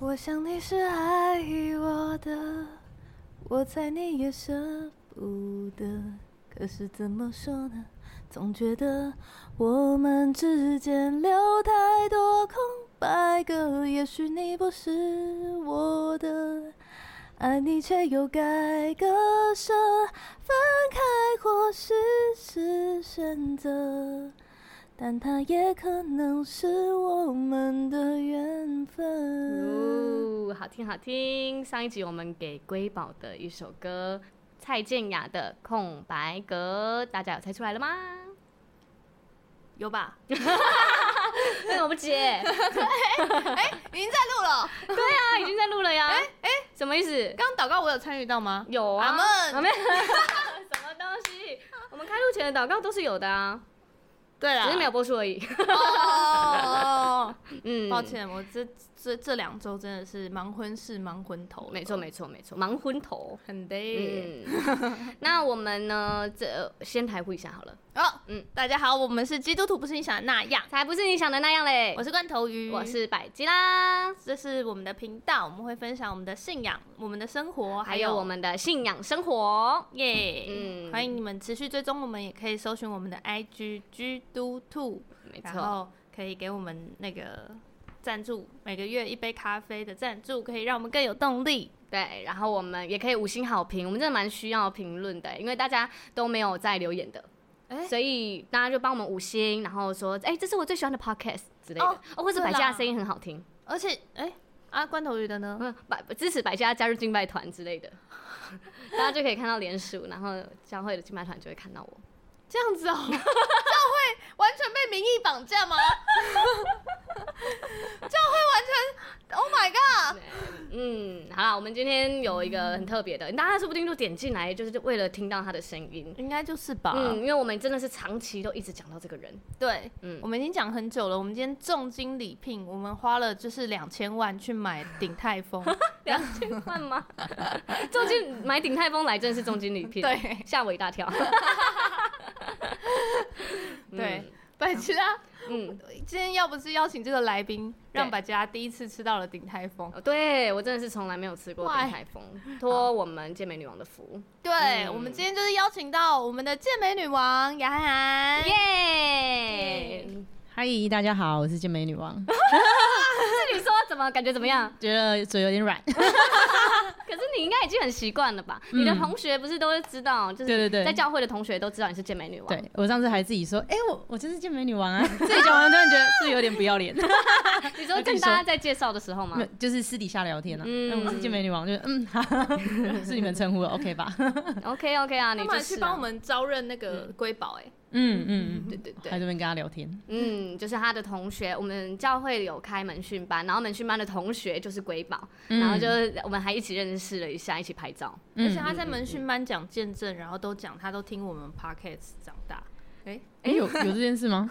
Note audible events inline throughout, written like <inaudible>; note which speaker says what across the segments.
Speaker 1: 我想你是爱我的，我猜你也舍不得。可是怎么说呢？总觉得我们之间留太多空白格。也许你不是我的，爱你却又该割舍，分开或许是选择。但它也可能是我们的缘分。
Speaker 2: 哦，好听好听。上一集我们给瑰宝的一首歌，蔡健雅的《空白格》，大家有猜出来了吗？
Speaker 3: 有吧？
Speaker 2: 为什么不接？
Speaker 3: 哎，已经在录了。
Speaker 2: <laughs> 对啊，已经在录了呀。
Speaker 3: 哎哎，
Speaker 2: 什么意思？
Speaker 3: 刚刚祷告我有参与到吗？
Speaker 2: 有啊，
Speaker 3: 阿门
Speaker 2: 阿门 <laughs> 什么东西？我们开录前的祷告都是有的啊，
Speaker 3: 对了，
Speaker 2: 只是没有播出而已。
Speaker 3: 哦，
Speaker 2: 嗯，
Speaker 3: 抱。歉，我这这这两周真的是忙昏是忙昏头了，
Speaker 2: 没错，没错，没错，忙昏头。
Speaker 3: 很得。
Speaker 2: 嗯，那我们呢？这先台呼一下好了，
Speaker 3: 哦，
Speaker 2: 嗯
Speaker 3: 嗯，大家好，我们是基督徒，不是你想的那样。
Speaker 2: 才不是你想的那样嘞。
Speaker 3: 我是罐头鱼，
Speaker 2: 我是百吉啦，
Speaker 3: 这是我们的频道，我们会分享我们的信仰、我们的生活，
Speaker 2: 哦还有我们的信仰生活。
Speaker 3: 耶。
Speaker 2: 嗯
Speaker 3: 欢迎你们持续追踪我们，也可以搜寻我们的 IG 居都兔，
Speaker 2: 没
Speaker 3: 然
Speaker 2: 错，
Speaker 3: 后可以给我们那个赞助，每个月一杯咖啡的赞助，可以让我们更有动力。
Speaker 2: 对，然后我们也可以五星好评，我们真的蛮需要评论的，因为大家都没有在留言的。
Speaker 3: 哎
Speaker 2: 所以大家就帮我们五星，然后说，哎、这是我最喜欢的 podcast 之类的，哦
Speaker 3: 哦
Speaker 2: 或者
Speaker 3: 对
Speaker 2: 百家
Speaker 3: 啦
Speaker 2: 的声音很好听，
Speaker 3: 而且，哎、啊，罐头鱼的呢？
Speaker 2: 嗯，百支持百家加入敬拜团之类的， <laughs> 大家就可以看到联署，然后教会的敬拜团就会看到我。
Speaker 3: 这样 <laughs> 子哦、这样会完全被民意绑架吗？这样会完全，Oh my god！
Speaker 2: 嗯，好啦，我们今天有一个很特别的，大家说不定就点进来，就是为了听到他的声音。
Speaker 3: 应该就是吧，
Speaker 2: 嗯，因为我们真的是长期都一直讲到这个人，
Speaker 3: 对，
Speaker 2: 嗯
Speaker 3: 我们已经讲很久了。我们今天重金礼聘，我们花了就是两千万去买鼎泰 <laughs> 丰，
Speaker 2: 两千万
Speaker 4: <laughs>
Speaker 2: 吗？中金买鼎泰丰来真的是中金礼聘，
Speaker 3: 对
Speaker 2: 吓我一大
Speaker 4: <laughs>
Speaker 2: 跳。
Speaker 3: 对，百吉拉
Speaker 2: 嗯，
Speaker 3: 今天要不是邀请这个来宾，
Speaker 2: 对
Speaker 3: 让百吉拉第一次吃到了鼎泰丰。
Speaker 2: 嗯，对我真的是从来没有吃过鼎泰丰，托我们健美女王的福，
Speaker 3: 对、
Speaker 2: 嗯
Speaker 3: 我们今天就是邀请到我们的健美女王雅
Speaker 4: 哎
Speaker 3: 涵，
Speaker 2: 耶！
Speaker 4: 嗨，大家好，我是健美女王，
Speaker 2: 这你说怎么感觉怎么样？
Speaker 4: 觉得嘴有点软。
Speaker 2: 可是你应该已经很习惯了吧？你的同学不是都知道，就是
Speaker 4: 嗯对对对
Speaker 2: 在教会的同学都知道你是健美女王。
Speaker 4: 对我上次还自己说，哎、我我就是健美女王啊，自己讲完突然觉得是不是有点不要脸，
Speaker 2: 你说跟大家在介绍的时候吗
Speaker 4: 没有？就是私底下聊天啊，
Speaker 2: 嗯
Speaker 4: 嗯，我是健美女王，就嗯，哈哈是你们称呼了，OK 吧？
Speaker 2: OK OK 啊，你
Speaker 3: 他
Speaker 2: 就
Speaker 3: 们
Speaker 2: 是
Speaker 3: 去
Speaker 2: 啊
Speaker 3: 帮我们招认那个瑰宝、哎、
Speaker 4: 嗯嗯
Speaker 3: 对
Speaker 4: 嗯，
Speaker 3: 对
Speaker 4: 还
Speaker 3: 对，
Speaker 4: 这边跟他聊天，
Speaker 2: 嗯，就是他的同学，我们教会有开门训班，然后门训班的同学就是瑰宝，
Speaker 3: 嗯
Speaker 2: 然后就是我们还一起认识了一下，一起拍照。
Speaker 3: 而
Speaker 4: 嗯
Speaker 3: 且他在门训班讲见证，然后都讲他都听我们 podcast 长大，哎、
Speaker 4: 哎、有有这件事吗？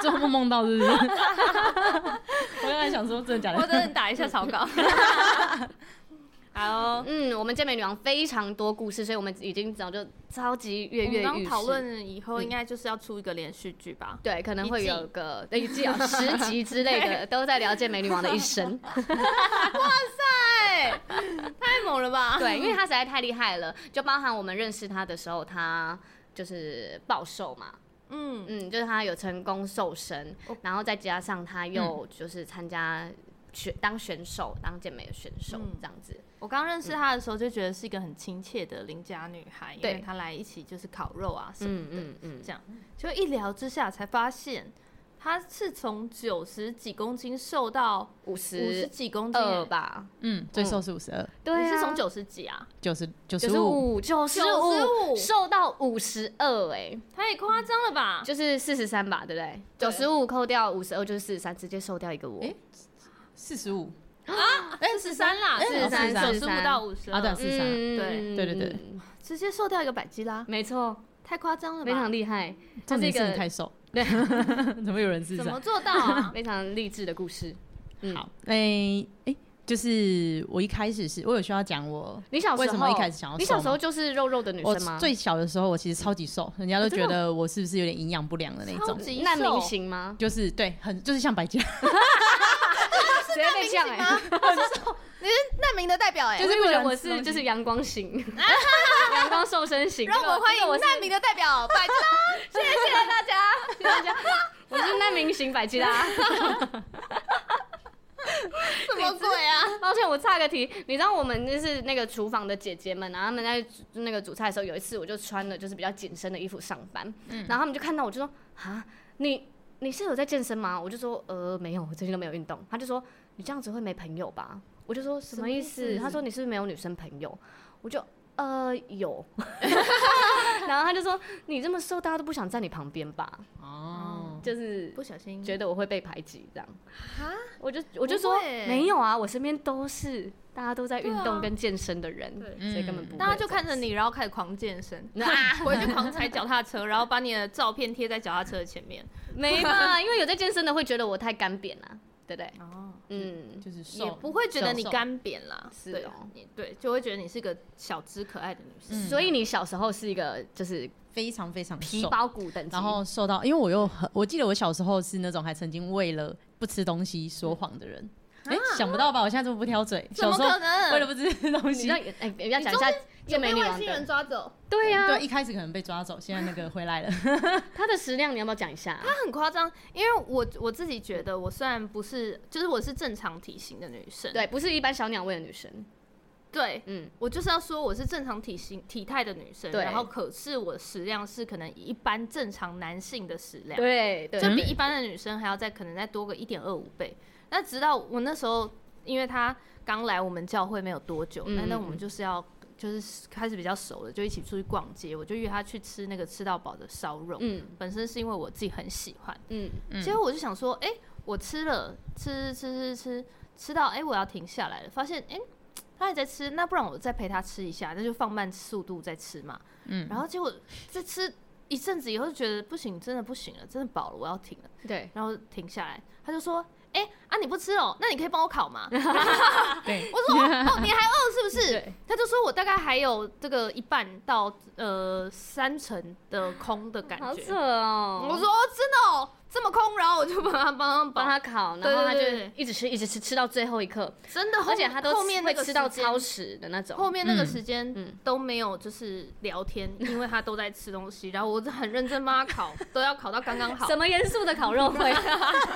Speaker 4: 做梦梦到是不是？我刚才想说真的假
Speaker 3: 我
Speaker 4: 的，
Speaker 3: 等你打一下草
Speaker 2: <laughs>
Speaker 3: 稿。 <laughs> 好哦、
Speaker 2: 嗯，我们健美女王非常多故事，所以我们已经早就超级跃
Speaker 3: 我
Speaker 2: 跃
Speaker 3: 们刚
Speaker 2: 欲试。
Speaker 3: 讨论以后，应该就是要出一个连续剧吧？
Speaker 2: 嗯对，可能
Speaker 3: 一
Speaker 2: 会
Speaker 3: 季
Speaker 2: 有个对一季啊十集之类
Speaker 3: <laughs>
Speaker 2: 的，都在聊健美女王的一生。
Speaker 3: 哎，太猛了吧！
Speaker 2: 对，因为她实在太厉害了，就包含我们认识她的时候，她就是暴瘦嘛，
Speaker 3: 嗯，
Speaker 2: 嗯，就是她有成功瘦身，然后再加上她又就是参加选当选手，当健美的选手
Speaker 3: 嗯
Speaker 2: 这样子。
Speaker 3: 我刚认识她的时候就觉得是一个很亲切的邻家女孩，因
Speaker 2: 对
Speaker 3: 为她来一起就是烤肉啊什
Speaker 2: 嗯
Speaker 3: 么的。
Speaker 2: 嗯嗯，
Speaker 3: 这样，就一聊之下才发现，她是从九十几公斤瘦到
Speaker 2: 五
Speaker 3: 五十
Speaker 2: 十
Speaker 3: 几公斤、
Speaker 2: 二
Speaker 3: 欸，
Speaker 2: 吧？
Speaker 4: 嗯，最瘦是五十二，
Speaker 2: 对
Speaker 3: 你
Speaker 2: 啊，
Speaker 3: 是从九十几啊？
Speaker 4: 九十
Speaker 2: 九
Speaker 4: 九十
Speaker 2: 十
Speaker 4: 五，
Speaker 2: 五，九十五，
Speaker 3: 95
Speaker 2: 瘦到五十二，哎，
Speaker 3: 太夸张了吧！
Speaker 2: 就是四十三吧，对不对？
Speaker 3: 对
Speaker 2: 九十五扣掉五十二就是四十三，直接瘦掉一个我。
Speaker 4: 诶四十五
Speaker 3: 四十三啦，
Speaker 4: 哎
Speaker 3: 四十三，
Speaker 4: 43
Speaker 3: 九十五到五十
Speaker 4: 啊，对，
Speaker 3: 二，
Speaker 4: 四十三，
Speaker 2: 对
Speaker 4: 对对对，
Speaker 3: 直接瘦掉一个百基拉，
Speaker 2: 嗯没错，
Speaker 3: 太夸张了
Speaker 2: 非常
Speaker 3: 吧！
Speaker 2: 厉害，
Speaker 4: 重点是
Speaker 2: 这
Speaker 4: 你
Speaker 2: 个
Speaker 4: 太瘦，怎么有人是这
Speaker 3: 怎
Speaker 4: 样
Speaker 3: 么？做到
Speaker 2: <laughs>
Speaker 3: 啊？
Speaker 2: 非常励志的故事。嗯
Speaker 4: 好，哎、哎、就是我一开始是我有需要讲我，
Speaker 2: 你小时候
Speaker 4: 为什么一开始想要瘦吗
Speaker 2: 你小时候就是肉肉的女
Speaker 4: 我
Speaker 2: 生吗？
Speaker 4: 最小的时候我其实超级瘦，人家都
Speaker 2: 哦真的
Speaker 4: 觉得我是不是有点营养不良的那
Speaker 3: 超
Speaker 4: 种，
Speaker 3: 级瘦
Speaker 2: 难民型吗？
Speaker 5: 啊
Speaker 4: 就是对，很就是像白嘉，
Speaker 2: <laughs> 直接被呛 <laughs> 哎、
Speaker 5: 你是难民的代表哎、
Speaker 2: 欸就是不觉 <laughs> 得我是就是阳光型， <laughs> 阳光瘦
Speaker 5: <laughs>
Speaker 2: 身型。
Speaker 5: 让我们欢
Speaker 2: 这个我
Speaker 5: 迎
Speaker 2: 是
Speaker 5: 难民的代表，拜托。
Speaker 2: <laughs> 谢谢大家，我是难民型百吉拉。
Speaker 5: 什么鬼啊？
Speaker 2: <laughs> 抱歉，我岔个题，你知道我们就是那个厨房的姐姐们啊，然后他们在煮那个煮菜的时候，有一次我就穿了就是比较紧身的衣服上班，然后他们就看到我就说啊，你你是有在健身吗？我就说呃没有，我最近都没有运动。他就说你这样子会没朋友吧？我就说什么意思？他说你是不是没有女生朋友？我就。呃，有， <laughs> 然后他就说：“你这么瘦，大家都不想在你旁边吧？
Speaker 4: 哦，
Speaker 2: 就是
Speaker 3: 不小心
Speaker 2: 觉得我会被排挤这样。
Speaker 5: 啊，
Speaker 2: 我就我就
Speaker 5: 不
Speaker 2: 说
Speaker 5: 会欸
Speaker 2: 没有啊，我身边都是大家都在运
Speaker 3: 对
Speaker 2: 动
Speaker 3: 啊
Speaker 2: 跟健身的人，
Speaker 3: 对
Speaker 4: 嗯
Speaker 2: 所以根本不会
Speaker 3: 大家就看
Speaker 2: 这
Speaker 3: 着
Speaker 2: 样子
Speaker 3: 你，然后开始狂健身， <laughs> 回去狂踩脚踏车，然后把你的照片贴在脚踏车的前面。
Speaker 2: 没吧？因为有在健身的会觉得我太干扁了、对不对？
Speaker 3: 哦，
Speaker 2: 嗯，
Speaker 4: 就是
Speaker 3: 也
Speaker 4: 瘦，
Speaker 3: 不会觉得
Speaker 4: 瘦
Speaker 3: 你
Speaker 4: 瘦
Speaker 3: 干扁啦，
Speaker 2: 是
Speaker 3: 对
Speaker 2: 哦
Speaker 3: 你对，就会觉得你是个小资可爱的女生。
Speaker 4: 嗯
Speaker 2: 所以你小时候是一个就是
Speaker 4: 非常非常
Speaker 2: 皮
Speaker 4: 瘦
Speaker 2: 包骨等级，
Speaker 4: 然后瘦到，因为我又很，我记得我小时候是那种还曾经为了不吃东西说谎的人。哎、想不到吧？我现在这么不挑嘴，
Speaker 5: 怎
Speaker 4: 小
Speaker 5: 么
Speaker 4: 时候
Speaker 5: 可能？
Speaker 4: 为了不吃东
Speaker 2: 你
Speaker 4: 西
Speaker 2: 知道，哎，要讲一下健美女王的，
Speaker 5: 抓走，
Speaker 2: 对呀、
Speaker 4: 对，一开始可能被抓走，现在那个回来了。
Speaker 2: 她的食量你要不要讲一下？
Speaker 3: 很夸张，因为我我自己觉得，我虽然不是，就是我是正常体型的女生，
Speaker 2: 对，不是一般小鸟胃的女生，
Speaker 3: 对，
Speaker 2: 嗯，
Speaker 3: 我就是要说我是正常体型体态的女生，
Speaker 2: 对
Speaker 3: 然后可是我食量是可能一般正常男性的食量，
Speaker 2: 对对，
Speaker 3: 就比一般的女生还要再可能再多个一点二五倍。那直到我那时候，因为他刚来我们教会没有多久，
Speaker 2: 嗯
Speaker 3: 那、那我们就是要就是开始比较熟了，就一起出去逛街，我就约他去吃那个吃到饱的烧肉，
Speaker 2: 嗯
Speaker 3: 本身是因为我自己很喜欢。
Speaker 2: 嗯，
Speaker 4: 嗯
Speaker 3: 结果我就想说，哎、我吃了，吃吃吃吃吃到，哎、我要停下来了，发现，哎、他也在吃，那不然我再陪他吃一下，那就放慢速度再吃嘛。
Speaker 4: 嗯
Speaker 3: 然后结果再吃一阵子以后，就觉得不行，真的不行了，真的饱了，我要停了，
Speaker 2: 对，
Speaker 3: 然后停下来，他就说。哎、啊！你不吃哦，那你可以帮我烤
Speaker 2: <laughs>
Speaker 3: 吗？我说
Speaker 4: 对，
Speaker 3: 哦，哦你还饿是不是
Speaker 2: 对？
Speaker 3: 他就说我大概还有这个一半到呃三成的空的感
Speaker 2: 好
Speaker 3: 觉。
Speaker 2: 扯哦，
Speaker 3: 我说哦真的哦，这么空，然后我就帮他帮他
Speaker 2: 帮
Speaker 3: 把
Speaker 2: 她烤，然
Speaker 3: 对
Speaker 2: 后
Speaker 3: 对
Speaker 2: 她
Speaker 3: 对
Speaker 2: 就一直吃，一直吃，吃到最后一刻，
Speaker 3: 真的后，
Speaker 2: 而且她都
Speaker 3: 后面那
Speaker 2: 会
Speaker 3: 个
Speaker 2: 吃到
Speaker 3: 时间
Speaker 2: 超时的那种，
Speaker 3: 后面那个
Speaker 4: 嗯
Speaker 3: 时
Speaker 2: 嗯
Speaker 3: 间都没有就是聊天，因为他都在吃东西，然后我就很认真帮他
Speaker 2: <laughs>
Speaker 3: 烤，都要烤到刚刚好
Speaker 2: 什。么严肃的烤肉 <laughs> 会？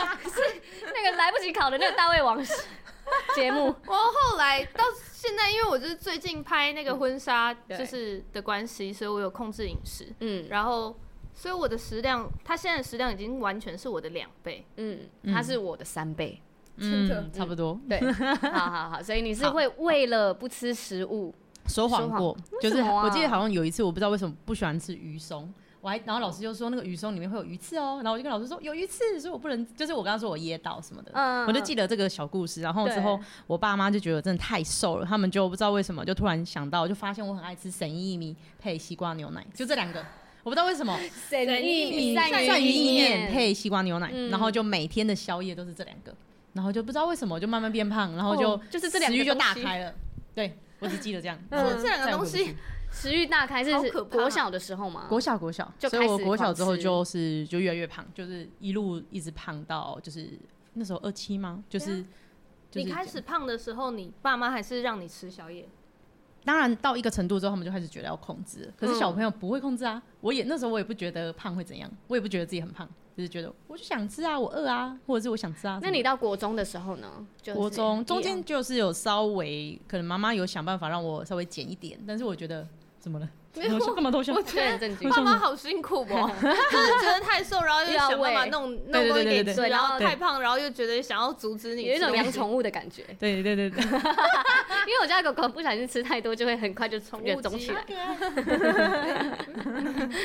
Speaker 2: 是那个来不及烤的那个大胃王节目。
Speaker 3: 我后来到现在，因为我就是最近拍那个婚纱
Speaker 2: 对
Speaker 3: 就是的关系，所以我有控制饮食，
Speaker 2: 嗯
Speaker 3: 然后所以我的食量，他现在的食量已经完全是我的两倍。
Speaker 2: 嗯，它是我的三倍。
Speaker 5: 真的
Speaker 4: 嗯，差不多。
Speaker 2: 对，好好好，所以你是会为了不吃食物，
Speaker 4: 说谎过，就
Speaker 2: 为
Speaker 4: 是
Speaker 2: 什么啊
Speaker 4: 我记得好像有一次，我不知道为什么不喜欢吃鱼松，我还然后老师就说那个鱼松里面会有鱼刺哦，然后我就跟老师说有鱼刺，所以我不能，就是我刚刚说我噎到什么的，
Speaker 2: 嗯嗯
Speaker 4: 我就记得这个小故事。然后之后
Speaker 2: 对
Speaker 4: 我爸妈就觉得我真的太瘦了，他们就不知道为什么就突然想到，就发现我很爱吃神意米配西瓜牛奶，就这两个。我不知道为什么
Speaker 2: 神意米
Speaker 4: 鳝鱼意面，配西瓜牛奶，
Speaker 2: 嗯
Speaker 4: 然后就每天的宵夜都是这两个，然后就不知道为什么就慢慢变胖，然后就
Speaker 2: 哦就是这两个
Speaker 4: 食欲就大
Speaker 2: 东西
Speaker 4: 开了。对我只记得这样，
Speaker 2: 嗯
Speaker 4: 然后
Speaker 3: 这两个
Speaker 4: 再也
Speaker 3: 东
Speaker 4: 回不
Speaker 3: 西
Speaker 4: 去
Speaker 2: 食欲大开，这
Speaker 3: 好
Speaker 2: 是
Speaker 3: 可怕
Speaker 2: 国小的时候嘛？
Speaker 4: 国小国小，
Speaker 2: 就
Speaker 4: 所以我
Speaker 2: 开始
Speaker 4: 国小之后
Speaker 2: 狂吃
Speaker 4: 就是就越来越胖，就是一路一直胖到就是那时候二七吗？就是、
Speaker 2: 啊
Speaker 4: 就
Speaker 3: 你
Speaker 4: 是
Speaker 3: 开始胖的时候，你爸妈还是让你吃宵夜，
Speaker 4: 当然到一个程度之后，他们就开始觉得要控制了，可是
Speaker 2: 嗯
Speaker 4: 小朋友不会控制啊。我也那时候我也不觉得胖会怎样，我也不觉得自己很胖，就是觉得我就想吃啊，我饿啊，或者是我想吃啊。
Speaker 2: 那你到国中的时候呢？就是
Speaker 4: 国中中
Speaker 2: 一
Speaker 4: 间
Speaker 2: 样
Speaker 4: 就是有稍微可能妈妈有想办法让我稍微减一点，但是我觉得怎么了？我说干嘛偷笑？
Speaker 2: 对很震惊，
Speaker 3: 爸妈好辛苦
Speaker 2: <laughs>
Speaker 3: 哦，就是觉得太瘦，然后又想办法弄
Speaker 4: 对
Speaker 3: 弄东
Speaker 4: 对
Speaker 3: 西
Speaker 4: 对
Speaker 3: 给
Speaker 4: 对
Speaker 3: 你
Speaker 4: 对
Speaker 3: 吃，然后
Speaker 2: 对
Speaker 3: 太胖，然后又觉得想要阻止你吃
Speaker 2: 有
Speaker 3: 东
Speaker 2: 一
Speaker 3: 西，
Speaker 2: 种养宠物的感觉，
Speaker 4: 对对对对，
Speaker 2: <laughs> 因为我家的狗狗不小心吃太多，就会很快就
Speaker 3: 宠物
Speaker 2: 也肿
Speaker 3: 鸡
Speaker 2: 起来。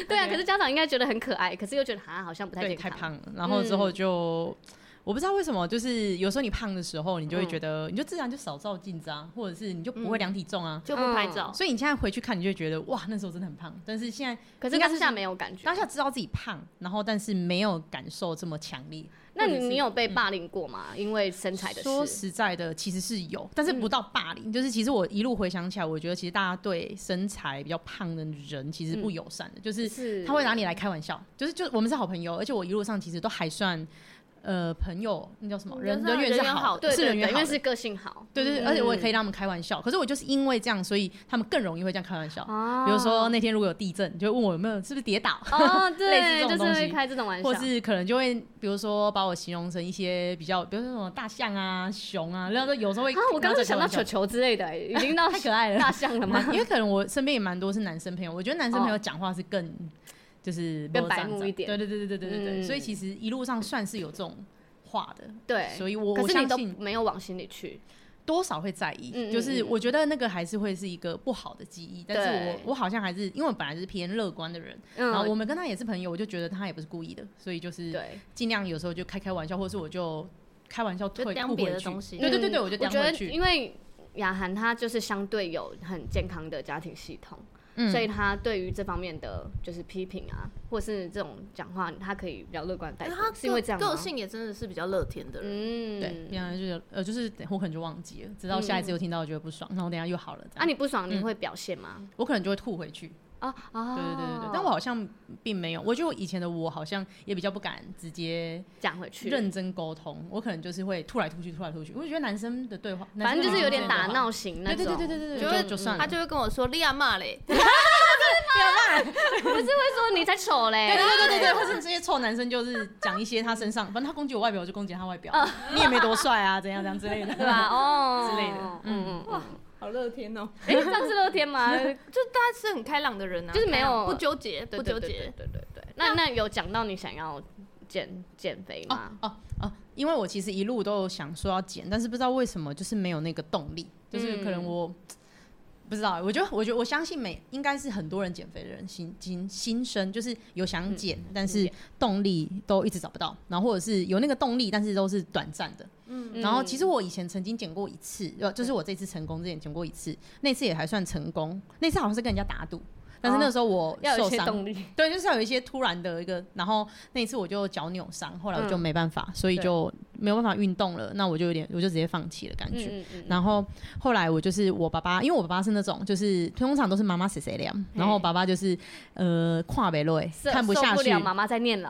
Speaker 2: 对啊，可是家长应该觉得很可爱，可是又觉得啊好像不太
Speaker 4: 对，
Speaker 2: 健
Speaker 4: 太
Speaker 2: 康。
Speaker 4: 胖了。然后之后
Speaker 2: 嗯
Speaker 4: 就、我不知道为什么，就是有时候你胖的时候，你就
Speaker 2: 嗯
Speaker 4: 会觉得、你就自然就少照镜子啊，或者是你就不会量体重啊。
Speaker 3: 就不拍
Speaker 2: 哦
Speaker 3: 照。
Speaker 4: 所以你现在回去看，你就会觉得哇，那时候真的很胖。但是现在
Speaker 2: 可是
Speaker 4: 应该
Speaker 2: 当下没有感觉，
Speaker 4: 当下知道自己胖，然后但是没有感受这么强烈。
Speaker 2: 那
Speaker 4: 或者
Speaker 2: 你
Speaker 4: 是
Speaker 2: 你有被霸凌过吗？因为身材的
Speaker 4: 说
Speaker 2: 事，嗯
Speaker 4: 实在的，其实是有，但是不到霸凌。就是其实我一路回想起来，我觉得其实大家对身材比较胖的人其实不友善的，就是
Speaker 2: 嗯是
Speaker 4: 他会拿你来开玩笑，就是就我们是好朋友，而且我一路上其实都还算呃朋友，那叫什么
Speaker 3: 嗯
Speaker 4: 人
Speaker 3: 就是他
Speaker 4: 缘
Speaker 3: 人
Speaker 4: 是
Speaker 3: 缘
Speaker 4: 好
Speaker 3: 好
Speaker 2: 哦
Speaker 4: 的，
Speaker 2: 对
Speaker 4: 是
Speaker 2: 对
Speaker 4: 人缘
Speaker 2: 对，因
Speaker 4: 好
Speaker 2: 为
Speaker 4: 的
Speaker 2: 是个性好
Speaker 4: 对对对，而且我也可以
Speaker 2: 嗯
Speaker 4: 让他们开玩笑，可是我就是因为这样，所以他们更容易会这样开玩笑。
Speaker 2: 啊
Speaker 4: 比如说那天如果有地震，就会问我有没有是不是跌倒，
Speaker 2: 哦，
Speaker 4: <laughs> 类似
Speaker 2: 对，
Speaker 4: 这
Speaker 2: 就
Speaker 4: 种
Speaker 2: 是
Speaker 4: 东
Speaker 2: 会
Speaker 4: 西，
Speaker 2: 开这种玩笑，啊
Speaker 4: 或是可能就会比如说把我形容成一些比较，比如说什么大象啊、熊啊，然后有时候会
Speaker 2: 啊，我刚刚想到球
Speaker 4: 球，
Speaker 2: 球之类的，已经到
Speaker 4: 太可爱了
Speaker 2: 大象了
Speaker 4: <laughs>
Speaker 2: 吗？哦
Speaker 4: 因为可能我身边也蛮多是男生朋友，我觉得男生朋友讲话是更。就是
Speaker 2: 更白目一点
Speaker 4: 对对对对对对对，
Speaker 2: 嗯
Speaker 4: 所以其实一路上算是有这种话的，
Speaker 2: 对，
Speaker 4: 所以我
Speaker 2: 可
Speaker 4: 我
Speaker 2: 是你
Speaker 4: 相
Speaker 2: 都
Speaker 4: 信
Speaker 2: 没有往心里去，
Speaker 4: 多少会在意，
Speaker 2: 嗯嗯
Speaker 4: 就是
Speaker 2: 嗯
Speaker 4: 我觉得那个还是会是一个不好的记忆，但是
Speaker 2: 对
Speaker 4: 我我好像还是因为我本来就是偏乐观的人，
Speaker 2: 嗯
Speaker 4: 然后我们跟他也是朋友，我就觉得他也不是故意的，所以就是
Speaker 2: 对，
Speaker 4: 尽量有时候就开开玩笑，或是我就开玩笑退
Speaker 3: 就当
Speaker 4: 吐
Speaker 3: 别
Speaker 4: 回
Speaker 3: 的
Speaker 4: 去
Speaker 3: 东西
Speaker 4: 对对对对，
Speaker 2: 嗯
Speaker 4: 我就
Speaker 2: 我
Speaker 4: 当
Speaker 2: 觉
Speaker 4: 回
Speaker 2: 得
Speaker 4: 去，
Speaker 2: 因为雅涵她就是相对有很健康的家庭系统，
Speaker 4: 嗯
Speaker 2: 所以她对于这方面的就是批评啊，或是这种讲话，她可以比较乐观待
Speaker 3: 哎
Speaker 2: 人
Speaker 3: 他，
Speaker 2: 嗯是因为这样吗
Speaker 3: 个性也真的是比较乐天的人，
Speaker 2: 嗯，
Speaker 4: 对，然后就是呃，就是等我可能就忘记了，直到下一次又听到，我觉得不爽，然后等一下又好了，这
Speaker 2: 啊，
Speaker 4: 样
Speaker 2: 你不爽你会表现吗？
Speaker 4: 我可能就会吐回去。
Speaker 2: 啊啊，
Speaker 4: 嗯对对对对对，但我好像并没有，我觉得我以前的我好像也比较不敢直接
Speaker 2: 讲回去，
Speaker 4: 认真沟通，我可能就是会吐来吐去，吐来吐去。我觉得男生的对话，
Speaker 2: 反正就
Speaker 4: 男生
Speaker 2: 是有点
Speaker 4: 之间的
Speaker 2: 打
Speaker 4: 对话
Speaker 2: 闹型那
Speaker 4: 对
Speaker 2: 种，
Speaker 4: 对对对对
Speaker 3: 就
Speaker 4: 对，
Speaker 3: 会
Speaker 4: 就就
Speaker 2: 嗯
Speaker 4: 算了
Speaker 3: 他。就会跟我说利亚骂
Speaker 2: <laughs>
Speaker 3: 嘞，
Speaker 2: 会说你才丑嘞，
Speaker 4: 对对对对对，或者这些臭男生就是讲一些他身上，反正他攻击我外表，我就攻击他外表，你也没多帅啊，怎样怎样之类的，
Speaker 2: 对吧？哦
Speaker 4: 之类的
Speaker 2: 嗯嗯嗯，
Speaker 3: 好乐天哦，
Speaker 2: 哎，这样是乐天
Speaker 4: <laughs>
Speaker 2: 吗？
Speaker 3: 就大家是很开朗的人啊，
Speaker 2: 就是没有
Speaker 3: 开朗不纠结，
Speaker 2: 对
Speaker 3: 不纠
Speaker 2: 对
Speaker 3: 结，
Speaker 2: 对对对对。那那有讲到你想要减减肥
Speaker 4: 哦
Speaker 2: 吗？
Speaker 4: 哦哦，因为我其实一路都有想说要减，但是不知道为什么就是没有那个动力，就是可
Speaker 2: 嗯
Speaker 4: 能我、不知道，我觉得我觉得我相信每应该是很多人减肥的人心心心声，就是有
Speaker 2: 嗯
Speaker 4: 想减，但是动力都一直找不到，然后或者是有那个动力，但是都是短暂的。
Speaker 2: 嗯
Speaker 4: 哦然后其实我以前曾经减过一次，呃，就是我这次成功之前减过一次，那次也还算成功，那次好像是跟人家打赌。但是那时候我
Speaker 2: 哦要有
Speaker 4: 受
Speaker 2: 一些
Speaker 4: 伤，
Speaker 2: 动力，
Speaker 4: 对，就是要有一些突然的一个，然后那一次我就脚扭伤，后来我就没办法，所以就没有办法运动了。那我就有点，我就直接放弃了感觉。
Speaker 2: 嗯嗯嗯，
Speaker 4: 然后后来我就是我爸爸，因为我爸爸是那种就是通常都是妈妈谁谁凉，然后我爸爸就是呃跨北落
Speaker 2: 受
Speaker 4: 看不
Speaker 2: 受
Speaker 4: 下
Speaker 2: 不
Speaker 4: 去
Speaker 2: 了，妈妈在念了，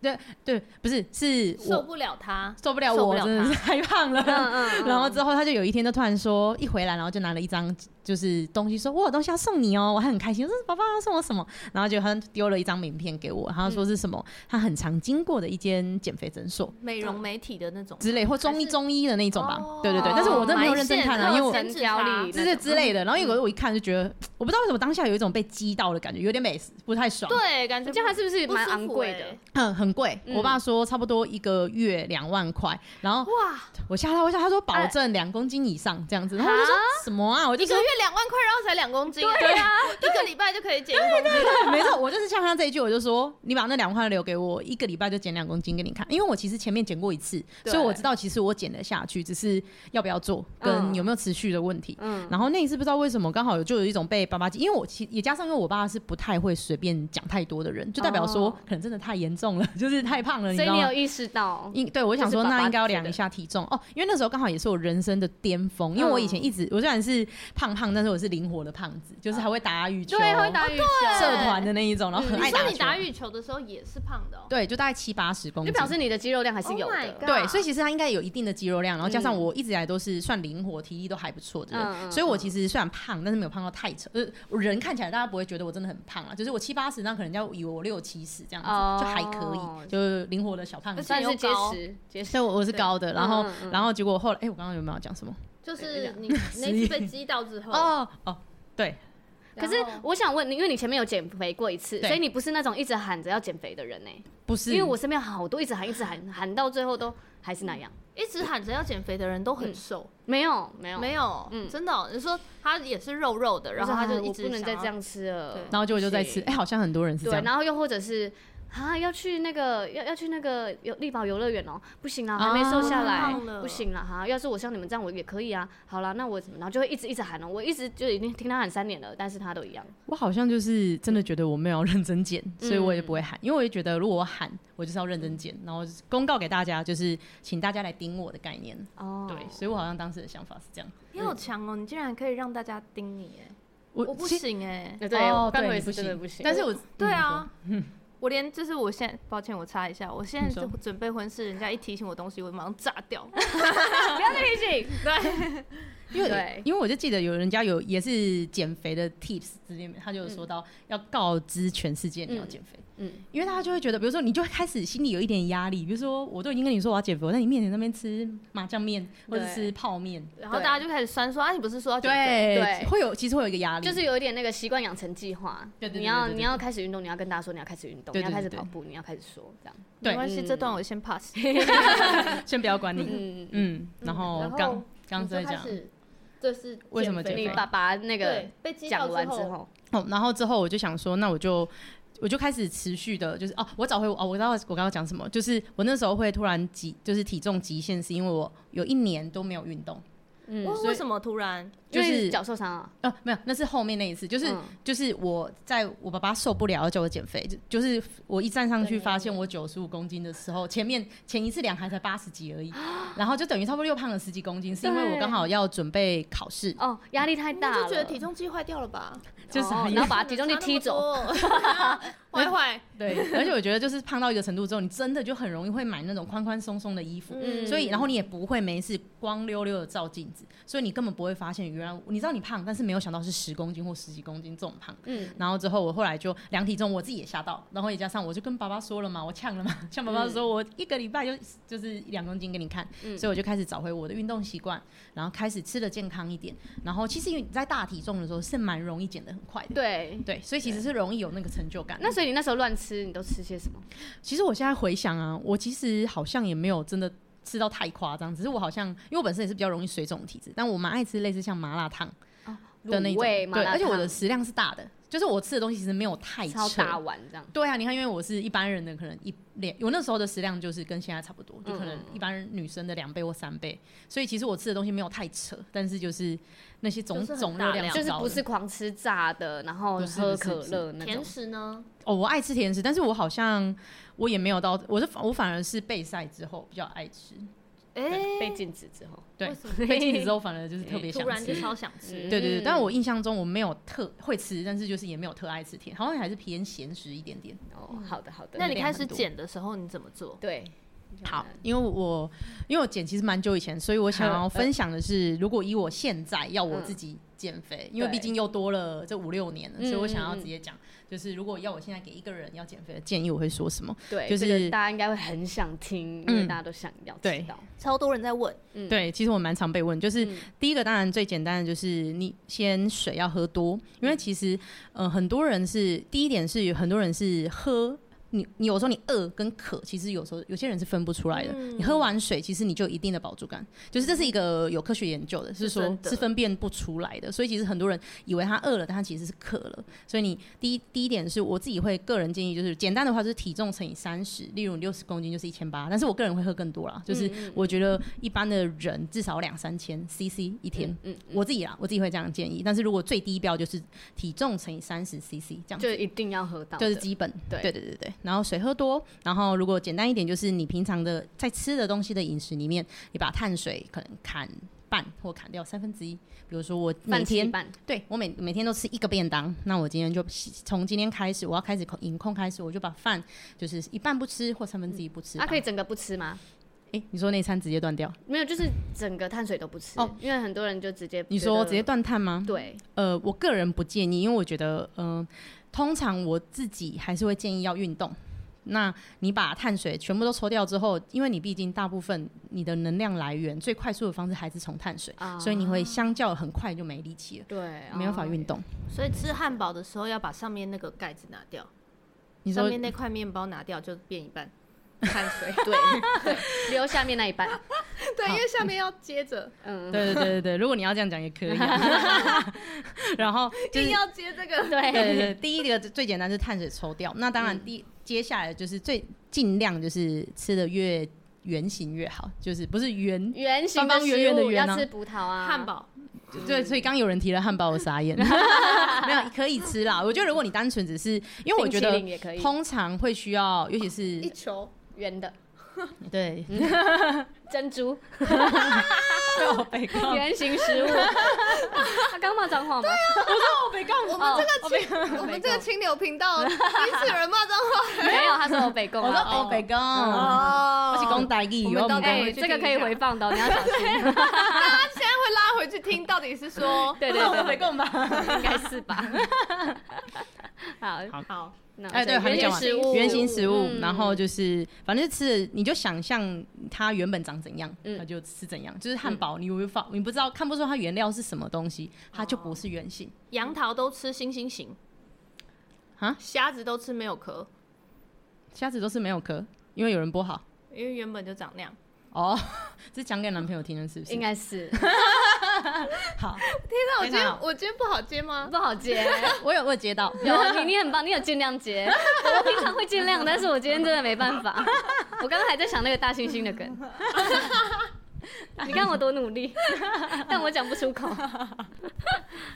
Speaker 4: 对对，不是是
Speaker 3: 受
Speaker 4: 我
Speaker 3: 不了他，
Speaker 4: 受不了
Speaker 3: 受不
Speaker 4: 我
Speaker 3: 了
Speaker 4: 真的
Speaker 3: 他
Speaker 4: 是太胖了，
Speaker 2: 嗯嗯，
Speaker 4: 然后之后他就有一天就突然说，一回来然后就拿了一张就是东西说，我有东西要送你哦，我还很开心，我说爸爸要送我什么？然后就他丢了一张名片给我，然后说是什么，他很常经过的一间减肥诊所
Speaker 3: 美容美体的那种
Speaker 4: 之类，或中医
Speaker 3: 还是
Speaker 4: 中医的那种吧
Speaker 3: 哦，
Speaker 4: 对对对，但是我真的没有认真看啊，
Speaker 3: 埋线
Speaker 4: 因为我。
Speaker 2: 神调理
Speaker 4: 之类之类的，然后有个我一看就觉得，我不知道为什么当下有一种被击到的感觉，有点美不太爽。
Speaker 3: 对，感觉
Speaker 2: 这样还是不是蛮昂
Speaker 3: 不舒
Speaker 2: 贵
Speaker 3: 服
Speaker 2: 的
Speaker 3: 欸？
Speaker 4: 嗯，很贵。我爸说差不多一个月两万块，然后哇，我吓他，我吓他说保证两公斤以上这样子，然后我就说什么啊？我就
Speaker 3: 一
Speaker 4: 说
Speaker 3: 个月两万块，然后才两公斤，对
Speaker 2: 啊
Speaker 3: 呀， <laughs> 一个礼拜就可以减一公斤，
Speaker 4: <laughs> 没错，我就是像他这一句，我就说你把那两块留给我，一个礼拜就减两公斤给你看，因为我其实前面减过一次，所以我知道其实我减得下去，只是要不要做跟
Speaker 2: 嗯
Speaker 4: 有没有持续的问题。
Speaker 2: 嗯
Speaker 4: 然后那一次不知道为什么，刚好有就有一种被爸爸激，因为我其也加上，因为我爸是不太会随便讲太多的人，就代表说
Speaker 2: 哦
Speaker 4: 可能真的太严重了， <laughs> 就是太胖
Speaker 3: 欸
Speaker 4: 了，你
Speaker 2: 所
Speaker 4: 知
Speaker 2: 以
Speaker 4: 道
Speaker 2: 你
Speaker 4: 吗
Speaker 2: 有？意识到，
Speaker 4: 应对我
Speaker 2: 就
Speaker 4: 想
Speaker 2: 是
Speaker 4: 说，
Speaker 2: 爸爸
Speaker 4: 那应该要
Speaker 2: 觉
Speaker 4: 量
Speaker 2: 得
Speaker 4: 一下体重哦，因为那时候刚好也是我人生的巅峰，
Speaker 2: 嗯
Speaker 4: 因为我以前一直我虽然是胖胖，但是我是灵活的胖子，就是还会打羽球，
Speaker 2: 啊对，会打
Speaker 3: 哦
Speaker 2: 羽球，
Speaker 4: 社团的那一种，然后很
Speaker 3: 你
Speaker 4: 爱
Speaker 3: 说
Speaker 4: 打
Speaker 3: 你
Speaker 4: 球
Speaker 3: 打羽球的时候也是胖的哦，
Speaker 4: 对，就大概七八十公
Speaker 2: 就
Speaker 4: 斤，
Speaker 2: 表示你的肌肉量还是有
Speaker 3: Oh my
Speaker 2: 的
Speaker 3: god，
Speaker 4: 对，所以其实他应该有一定的肌肉量，然后加上我一直以来都是算灵活、体力都还不错的人，
Speaker 2: 嗯嗯
Speaker 4: 所以我其实虽然胖，但是没有胖到太扯，呃，我人看起来大家不会觉得我真的很胖啊，就是我七八十，那可能人家以为我六七十这样子，
Speaker 2: 哦
Speaker 4: 就还可以，就是灵活的小胖子。
Speaker 2: 算是
Speaker 3: 又
Speaker 2: 结
Speaker 3: 高
Speaker 2: 实结实
Speaker 4: 所以，我我是高的，然后
Speaker 2: 嗯，嗯
Speaker 4: 然后结果后来，哎，我刚刚有没有讲什么？
Speaker 3: 就是你那次被击到之后，
Speaker 4: 哦哦，对，
Speaker 2: 可是
Speaker 3: 然后
Speaker 2: 我想问你，因为你前面有减肥过一次，
Speaker 4: 对
Speaker 2: 所以你不是那种一直喊着要减肥的人呢、欸
Speaker 4: 不是，
Speaker 2: 因为我身边好多一直喊，一直喊，喊到最后都还是那样。
Speaker 3: 一直喊着要减肥的人都很瘦，
Speaker 2: 没有，没有，
Speaker 3: 没有，
Speaker 2: 嗯
Speaker 3: 真的哦，你说他也是肉肉的，然后他
Speaker 2: 我
Speaker 3: 就
Speaker 2: 说啊
Speaker 3: 一
Speaker 2: 我
Speaker 3: 直
Speaker 2: 不能
Speaker 3: 想
Speaker 2: 再
Speaker 3: 要
Speaker 2: 这样吃了
Speaker 3: 对，
Speaker 4: 然后结果就在吃，
Speaker 2: 不
Speaker 4: 哎，好像很多人是这
Speaker 2: 行对，
Speaker 4: 样，
Speaker 2: 然后又或者是啊，要去那个要要去那个游力宝游乐园哦，不行啦，
Speaker 4: 啊
Speaker 2: 还没瘦下
Speaker 3: 我
Speaker 2: 来
Speaker 3: 太胖，了
Speaker 2: 不行啦哈。要是我像你们这样，我也可以啊。好啦，那我怎么？然后就会一直一直喊哦，我一直就已经听他喊三年了，但是他都一样。
Speaker 4: 我好像就是真的觉得我没有要认真减，
Speaker 2: 嗯
Speaker 4: 所以我也不会喊，因为我也觉得如果我喊，我就是要认真减，然后公告给大家，就是请大家来盯我的概念。
Speaker 2: 哦，
Speaker 4: 对，所以我好像当时的想法是这样。
Speaker 3: 你好强哦，你竟然可以让大以盯你哎，
Speaker 4: 我
Speaker 3: 我不
Speaker 4: 其实
Speaker 3: 行哎，
Speaker 2: 对，
Speaker 4: 哦
Speaker 2: 我刚
Speaker 4: 对
Speaker 2: 我也
Speaker 4: 你
Speaker 2: 是真的
Speaker 4: 不
Speaker 2: 不行，
Speaker 4: 但是我嗯
Speaker 3: 对啊， <laughs> 我连就是我现在，抱歉，我插一下，我现在
Speaker 4: 你说
Speaker 3: 就准备婚事，人家一提醒我东西，我马上炸掉。
Speaker 2: <laughs> 不要再提醒，
Speaker 4: <laughs>
Speaker 2: 对， <laughs>
Speaker 4: 因为
Speaker 2: 对
Speaker 4: 因为我就记得有人家有也是减肥的 tips 之类的，他就有说到要告知全世界你要减肥，
Speaker 2: 嗯，
Speaker 4: 因为大家就会觉得，比如说你就会开始心里有一点压力，比如说我都已经跟你说我要减肥，我在你面前那边吃麻酱面或者
Speaker 2: 对
Speaker 4: 吃泡面，
Speaker 3: 然后大家就开始酸说啊，你不是说要减肥
Speaker 4: 对
Speaker 2: 对
Speaker 4: 会有其实会有一个压力，
Speaker 2: 就是有一点那个习惯养成计划，
Speaker 4: 嗯对对对
Speaker 2: 你要
Speaker 4: 对对对
Speaker 2: 你要开始运动，你要跟大家说你要开始运动，
Speaker 4: 对
Speaker 2: 你
Speaker 4: 对
Speaker 2: 要开始
Speaker 4: 对
Speaker 2: 跑步，你要开始说这样，
Speaker 4: 对
Speaker 3: 没关系，
Speaker 2: 嗯
Speaker 3: 这段我先 pass。
Speaker 4: <laughs> 先不要管你，
Speaker 2: 嗯，
Speaker 4: 嗯，然后
Speaker 3: 然后
Speaker 4: 刚刚在
Speaker 3: 就开
Speaker 4: 讲，
Speaker 3: 始，这是
Speaker 4: 为什么减肥
Speaker 2: 你爸爸那个
Speaker 3: 对被击倒
Speaker 2: 讲完
Speaker 3: 之
Speaker 2: 之
Speaker 3: 后，
Speaker 2: 后，
Speaker 4: 哦，然后之后我就想说，那我就我就开始持续的，就是哦，我找回我哦，我知道我刚刚讲什么，就是我那时候会突然极，就是体重极限，是因为我有一年都没有运动，
Speaker 2: 嗯
Speaker 3: 哦为
Speaker 4: 所以
Speaker 3: 为什么突然？
Speaker 4: 哦就是
Speaker 2: 因为脚受伤啊，
Speaker 4: 呃，没有，那是后面那一次，就是、
Speaker 2: 嗯
Speaker 4: 就是我在我爸爸受不了要叫我减肥，就就是我一站上去发现我九十五公斤的时候，前面前一次量还才八十几而已， <gasps> 然后就等于差不多又胖了十几公斤，是因为我刚好要准备考试，
Speaker 2: 哦，压力太大
Speaker 5: 那
Speaker 2: 了，
Speaker 5: 就觉得体重计坏掉了吧？
Speaker 4: 就是
Speaker 2: 哦
Speaker 4: 很
Speaker 2: 然后把体重计踢走，
Speaker 3: 哎
Speaker 4: <laughs>
Speaker 5: 坏坏。
Speaker 4: 对，而且我觉得就是胖到一个程度之后，你真的就很容易会买那种宽宽松松的衣服，
Speaker 2: 嗯
Speaker 4: 所以然后你也不会没事光溜溜的照镜子，所以你根本不会发现原来你知道你胖，但是没有想到是十公斤或十几公斤这种胖。
Speaker 2: 嗯
Speaker 4: 然后之后我后来就量体重，我自己也吓到，然后也加上我就跟爸爸说了嘛，我呛了嘛，像爸爸说我一个礼拜就就是一两公斤给你看，
Speaker 2: 嗯
Speaker 4: 所以我就开始找回我的运动习惯，然后开始吃的健康一点，然后其实因为你在大体重的时候是蛮容易减的很快的，
Speaker 2: 对。
Speaker 4: 对，所以其实是容易有那个成就感的。
Speaker 2: 那所以你那时候乱吃，你都吃些什么？
Speaker 4: 其实我现在回想啊，我其实好像也没有真的吃到太夸张，只是我好像因为我本身也是比较容易水肿的体质，但我蛮爱吃类似像麻辣烫的那
Speaker 2: 卤
Speaker 4: 种，
Speaker 2: 味、麻
Speaker 4: 对，
Speaker 2: 辣烫
Speaker 4: 而且我的食量是大的，就是我吃的东西其实没有太
Speaker 2: 超
Speaker 4: 扯
Speaker 2: 大碗这样。
Speaker 4: 对啊，你看，因为我是一般人的可能一两，我那时候的食量就是跟现在差不多，就可能
Speaker 2: 嗯
Speaker 4: 一般女生的两倍或三倍，所以其实我吃的东西没有太扯，但是就是那些总
Speaker 3: 就是很
Speaker 4: 总
Speaker 3: 大
Speaker 4: 热量
Speaker 3: 量
Speaker 2: 就是
Speaker 4: 高
Speaker 2: 不
Speaker 4: 的
Speaker 2: 是狂吃炸的，然后
Speaker 4: 不是不
Speaker 2: 喝
Speaker 4: 是
Speaker 2: 可
Speaker 4: 不是
Speaker 2: 乐那种
Speaker 3: 嗯甜。食呢？
Speaker 4: 哦，我爱吃甜食，但是我好像我也没有到，我是我反而是备赛之后比较爱吃，
Speaker 2: 对被
Speaker 3: 哎，
Speaker 2: 禁止之后，
Speaker 4: 对
Speaker 3: 为什么
Speaker 4: <laughs> 被禁止之后反而就是特别想
Speaker 3: 突然
Speaker 4: 吃
Speaker 3: 就。超想吃？
Speaker 2: 嗯
Speaker 4: 对对对，但我印象中我没有特会吃，但是就是也没有特爱吃甜，好像还是偏咸食一点点。
Speaker 2: 哦，好的好的。
Speaker 3: 嗯那你
Speaker 4: 量
Speaker 3: 开
Speaker 4: 很
Speaker 3: 始
Speaker 4: 多
Speaker 3: 减的时候你怎么做？
Speaker 2: 对，
Speaker 4: 好，因为我因为我减其实蛮久以前，所以我想要分享的是，如果以我现在要我自己减肥，因为毕竟又多了这五六年了，
Speaker 2: 嗯
Speaker 4: 所以我想要直接讲，就是如果要我现在给一个人要减肥的建议，我会说什么？
Speaker 2: 对，
Speaker 4: 就
Speaker 2: 这个
Speaker 4: 是
Speaker 2: 大家应该会很想听，因
Speaker 4: 嗯
Speaker 2: 为大家都想要
Speaker 4: 对
Speaker 2: 知道。
Speaker 5: 超多人在问，
Speaker 2: 嗯，
Speaker 4: 对，其实我蛮常被问，就是
Speaker 2: 嗯
Speaker 4: 第一个当然最简单的就是你先水要喝多，因
Speaker 2: 嗯
Speaker 4: 为其实呃很多人是第一点是有很多人是喝。你你有时候你饿跟渴，其实有时候有些人是分不出来的。
Speaker 3: 嗯
Speaker 4: 你喝完水，其实你就有一定的饱足感，就是这是一个有科学研究的，
Speaker 3: 是
Speaker 4: 是说
Speaker 3: 真的
Speaker 4: 是分辨不出来的。所以其实很多人以为他饿了，但他其实是渴了。所以你第一第一点是我自己会个人建议，就是简单的话就是体重乘以三十，例如你六十公斤就是一千八，但是我个人会喝更多啦，就是我觉得一般的人至少两三千 CC 一天，
Speaker 2: 嗯，
Speaker 4: 我自己啦，我自己会这样建议。但是如果最低标就是体重乘以三十 CC 这样
Speaker 2: 就
Speaker 4: 子。
Speaker 2: 一定要喝到的，
Speaker 4: 就是基本，
Speaker 2: 对
Speaker 4: 对对对对。然后水喝多，然后如果简单一点，就是你平常的在吃的东西的饮食里面，你把碳水可能砍半或砍掉三分之一。比如说我每
Speaker 2: 饭吃一
Speaker 4: 天
Speaker 2: 半，
Speaker 4: 对我每每天都吃一个便当，那我今天就从今天开始，我要开始控饮控开始，我就把饭就是一半不吃或三分之一不吃吧。
Speaker 2: 啊，可以整个不吃吗？
Speaker 4: 诶，你说那一餐直接断掉？
Speaker 2: 没有，就是整个碳水都不吃
Speaker 4: 哦，
Speaker 2: 因为很多人就直接
Speaker 4: 你
Speaker 2: 觉
Speaker 4: 说
Speaker 2: 得
Speaker 4: 直接断碳吗？
Speaker 2: 对，
Speaker 4: 呃，我个人不建议，因为我觉得，嗯、通常我自己还是会建议要运动。那你把碳水全部都抽掉之后，因为你毕竟大部分你的能量来源最快速的方式还是从碳水，
Speaker 2: 啊
Speaker 4: 所以你会相较很快就没力气了，
Speaker 2: 对
Speaker 4: 没有办法
Speaker 2: 哦 <laughs>
Speaker 4: 运动。
Speaker 3: 所以吃汉堡的时候要把上面那个盖子拿掉，
Speaker 4: 你
Speaker 3: 上
Speaker 4: 说
Speaker 3: 面那块面包拿掉就变一半，
Speaker 4: <laughs>
Speaker 3: 碳水。
Speaker 2: 对对，留下面那一半，
Speaker 5: 对，因为下面要接着，
Speaker 2: 嗯，
Speaker 4: 对对对对对，如果你要这样讲也可以啊、然后 <laughs> 就是
Speaker 5: 硬要接这个。
Speaker 4: 对对
Speaker 2: 对，
Speaker 4: 对，第一个最简单是碳水抽掉，那当然第、接下来就是最尽量就是吃的越圆形越好，就是不是圆
Speaker 2: 圆形的
Speaker 4: 方方圆圆的
Speaker 2: 食物
Speaker 4: 圆啊
Speaker 2: 要吃葡萄啊，
Speaker 3: 汉堡
Speaker 4: 对，所以刚有人提了汉堡，我
Speaker 2: <laughs>
Speaker 4: 傻眼， <laughs> 没有可以吃啦。我觉得如果你单纯只是，因为我觉
Speaker 2: 冰淇
Speaker 4: 得
Speaker 2: 淋也可以
Speaker 4: 通常会需要，尤其是
Speaker 5: 一球
Speaker 2: 圆的，
Speaker 4: 对，
Speaker 2: 嗯珍珠
Speaker 4: 告被告，
Speaker 2: <laughs> 原型
Speaker 4: <laughs>
Speaker 2: 食物。他刚骂脏话吗？哦
Speaker 4: 被
Speaker 3: 哦
Speaker 4: 告，
Speaker 5: 哦我们这个清，我们这个清流频
Speaker 4: <laughs>
Speaker 5: 道第一次有人骂脏话。
Speaker 2: 没有，他是欧北贡啊。
Speaker 4: <laughs> 我
Speaker 2: 哦
Speaker 4: 说被告，
Speaker 5: 哦
Speaker 4: 我是讲台语，
Speaker 5: 我们
Speaker 4: 我
Speaker 5: 到底
Speaker 2: 哎、
Speaker 5: 回去
Speaker 2: 这个可
Speaker 5: 听
Speaker 2: 以
Speaker 5: 一下
Speaker 2: 回放的哦，你要小
Speaker 4: <laughs>
Speaker 2: 心。
Speaker 5: 大家现在会拉回去听，到底是
Speaker 3: <laughs>
Speaker 5: 说
Speaker 2: 对
Speaker 4: 不
Speaker 2: 对
Speaker 4: 啊是我
Speaker 2: 对
Speaker 4: <laughs> 们被告吧？
Speaker 2: 对，应该是
Speaker 4: <laughs>
Speaker 2: 吧。好，
Speaker 5: 好？
Speaker 2: 那
Speaker 4: 哎，对，
Speaker 2: 这
Speaker 4: 还没
Speaker 2: 原
Speaker 4: 讲
Speaker 2: 型
Speaker 4: 完
Speaker 2: 食物，
Speaker 4: 原型食物，
Speaker 2: 嗯
Speaker 4: 然后就是反正吃，你就想象它原本长怎样，
Speaker 2: 嗯
Speaker 4: 它就吃怎样。就是汉堡，你无法，你不知道看不出它原料是什么东西，它就不是原型。
Speaker 2: 嗯
Speaker 3: 杨桃都吃星星形，
Speaker 4: 啊
Speaker 3: 虾子都吃没有壳，
Speaker 4: 虾子都是没有壳，因为有人剥好。
Speaker 3: 因为原本就长那样。
Speaker 4: 哦， <laughs> 是讲给男朋友听的，是不是？
Speaker 2: 应该
Speaker 4: <laughs>
Speaker 2: 是
Speaker 4: 好，
Speaker 5: 天哪，我今
Speaker 4: 非
Speaker 5: 天
Speaker 4: 常好
Speaker 5: 我今天不好接吗？
Speaker 2: 不好接。 <laughs>
Speaker 4: 我有我有接到，
Speaker 2: 有你，你很棒，你有尽量接。我平常会尽量，但是我今天真的没办法。我刚刚还在想那个大猩猩的梗，你看我多努力，但我讲不出口。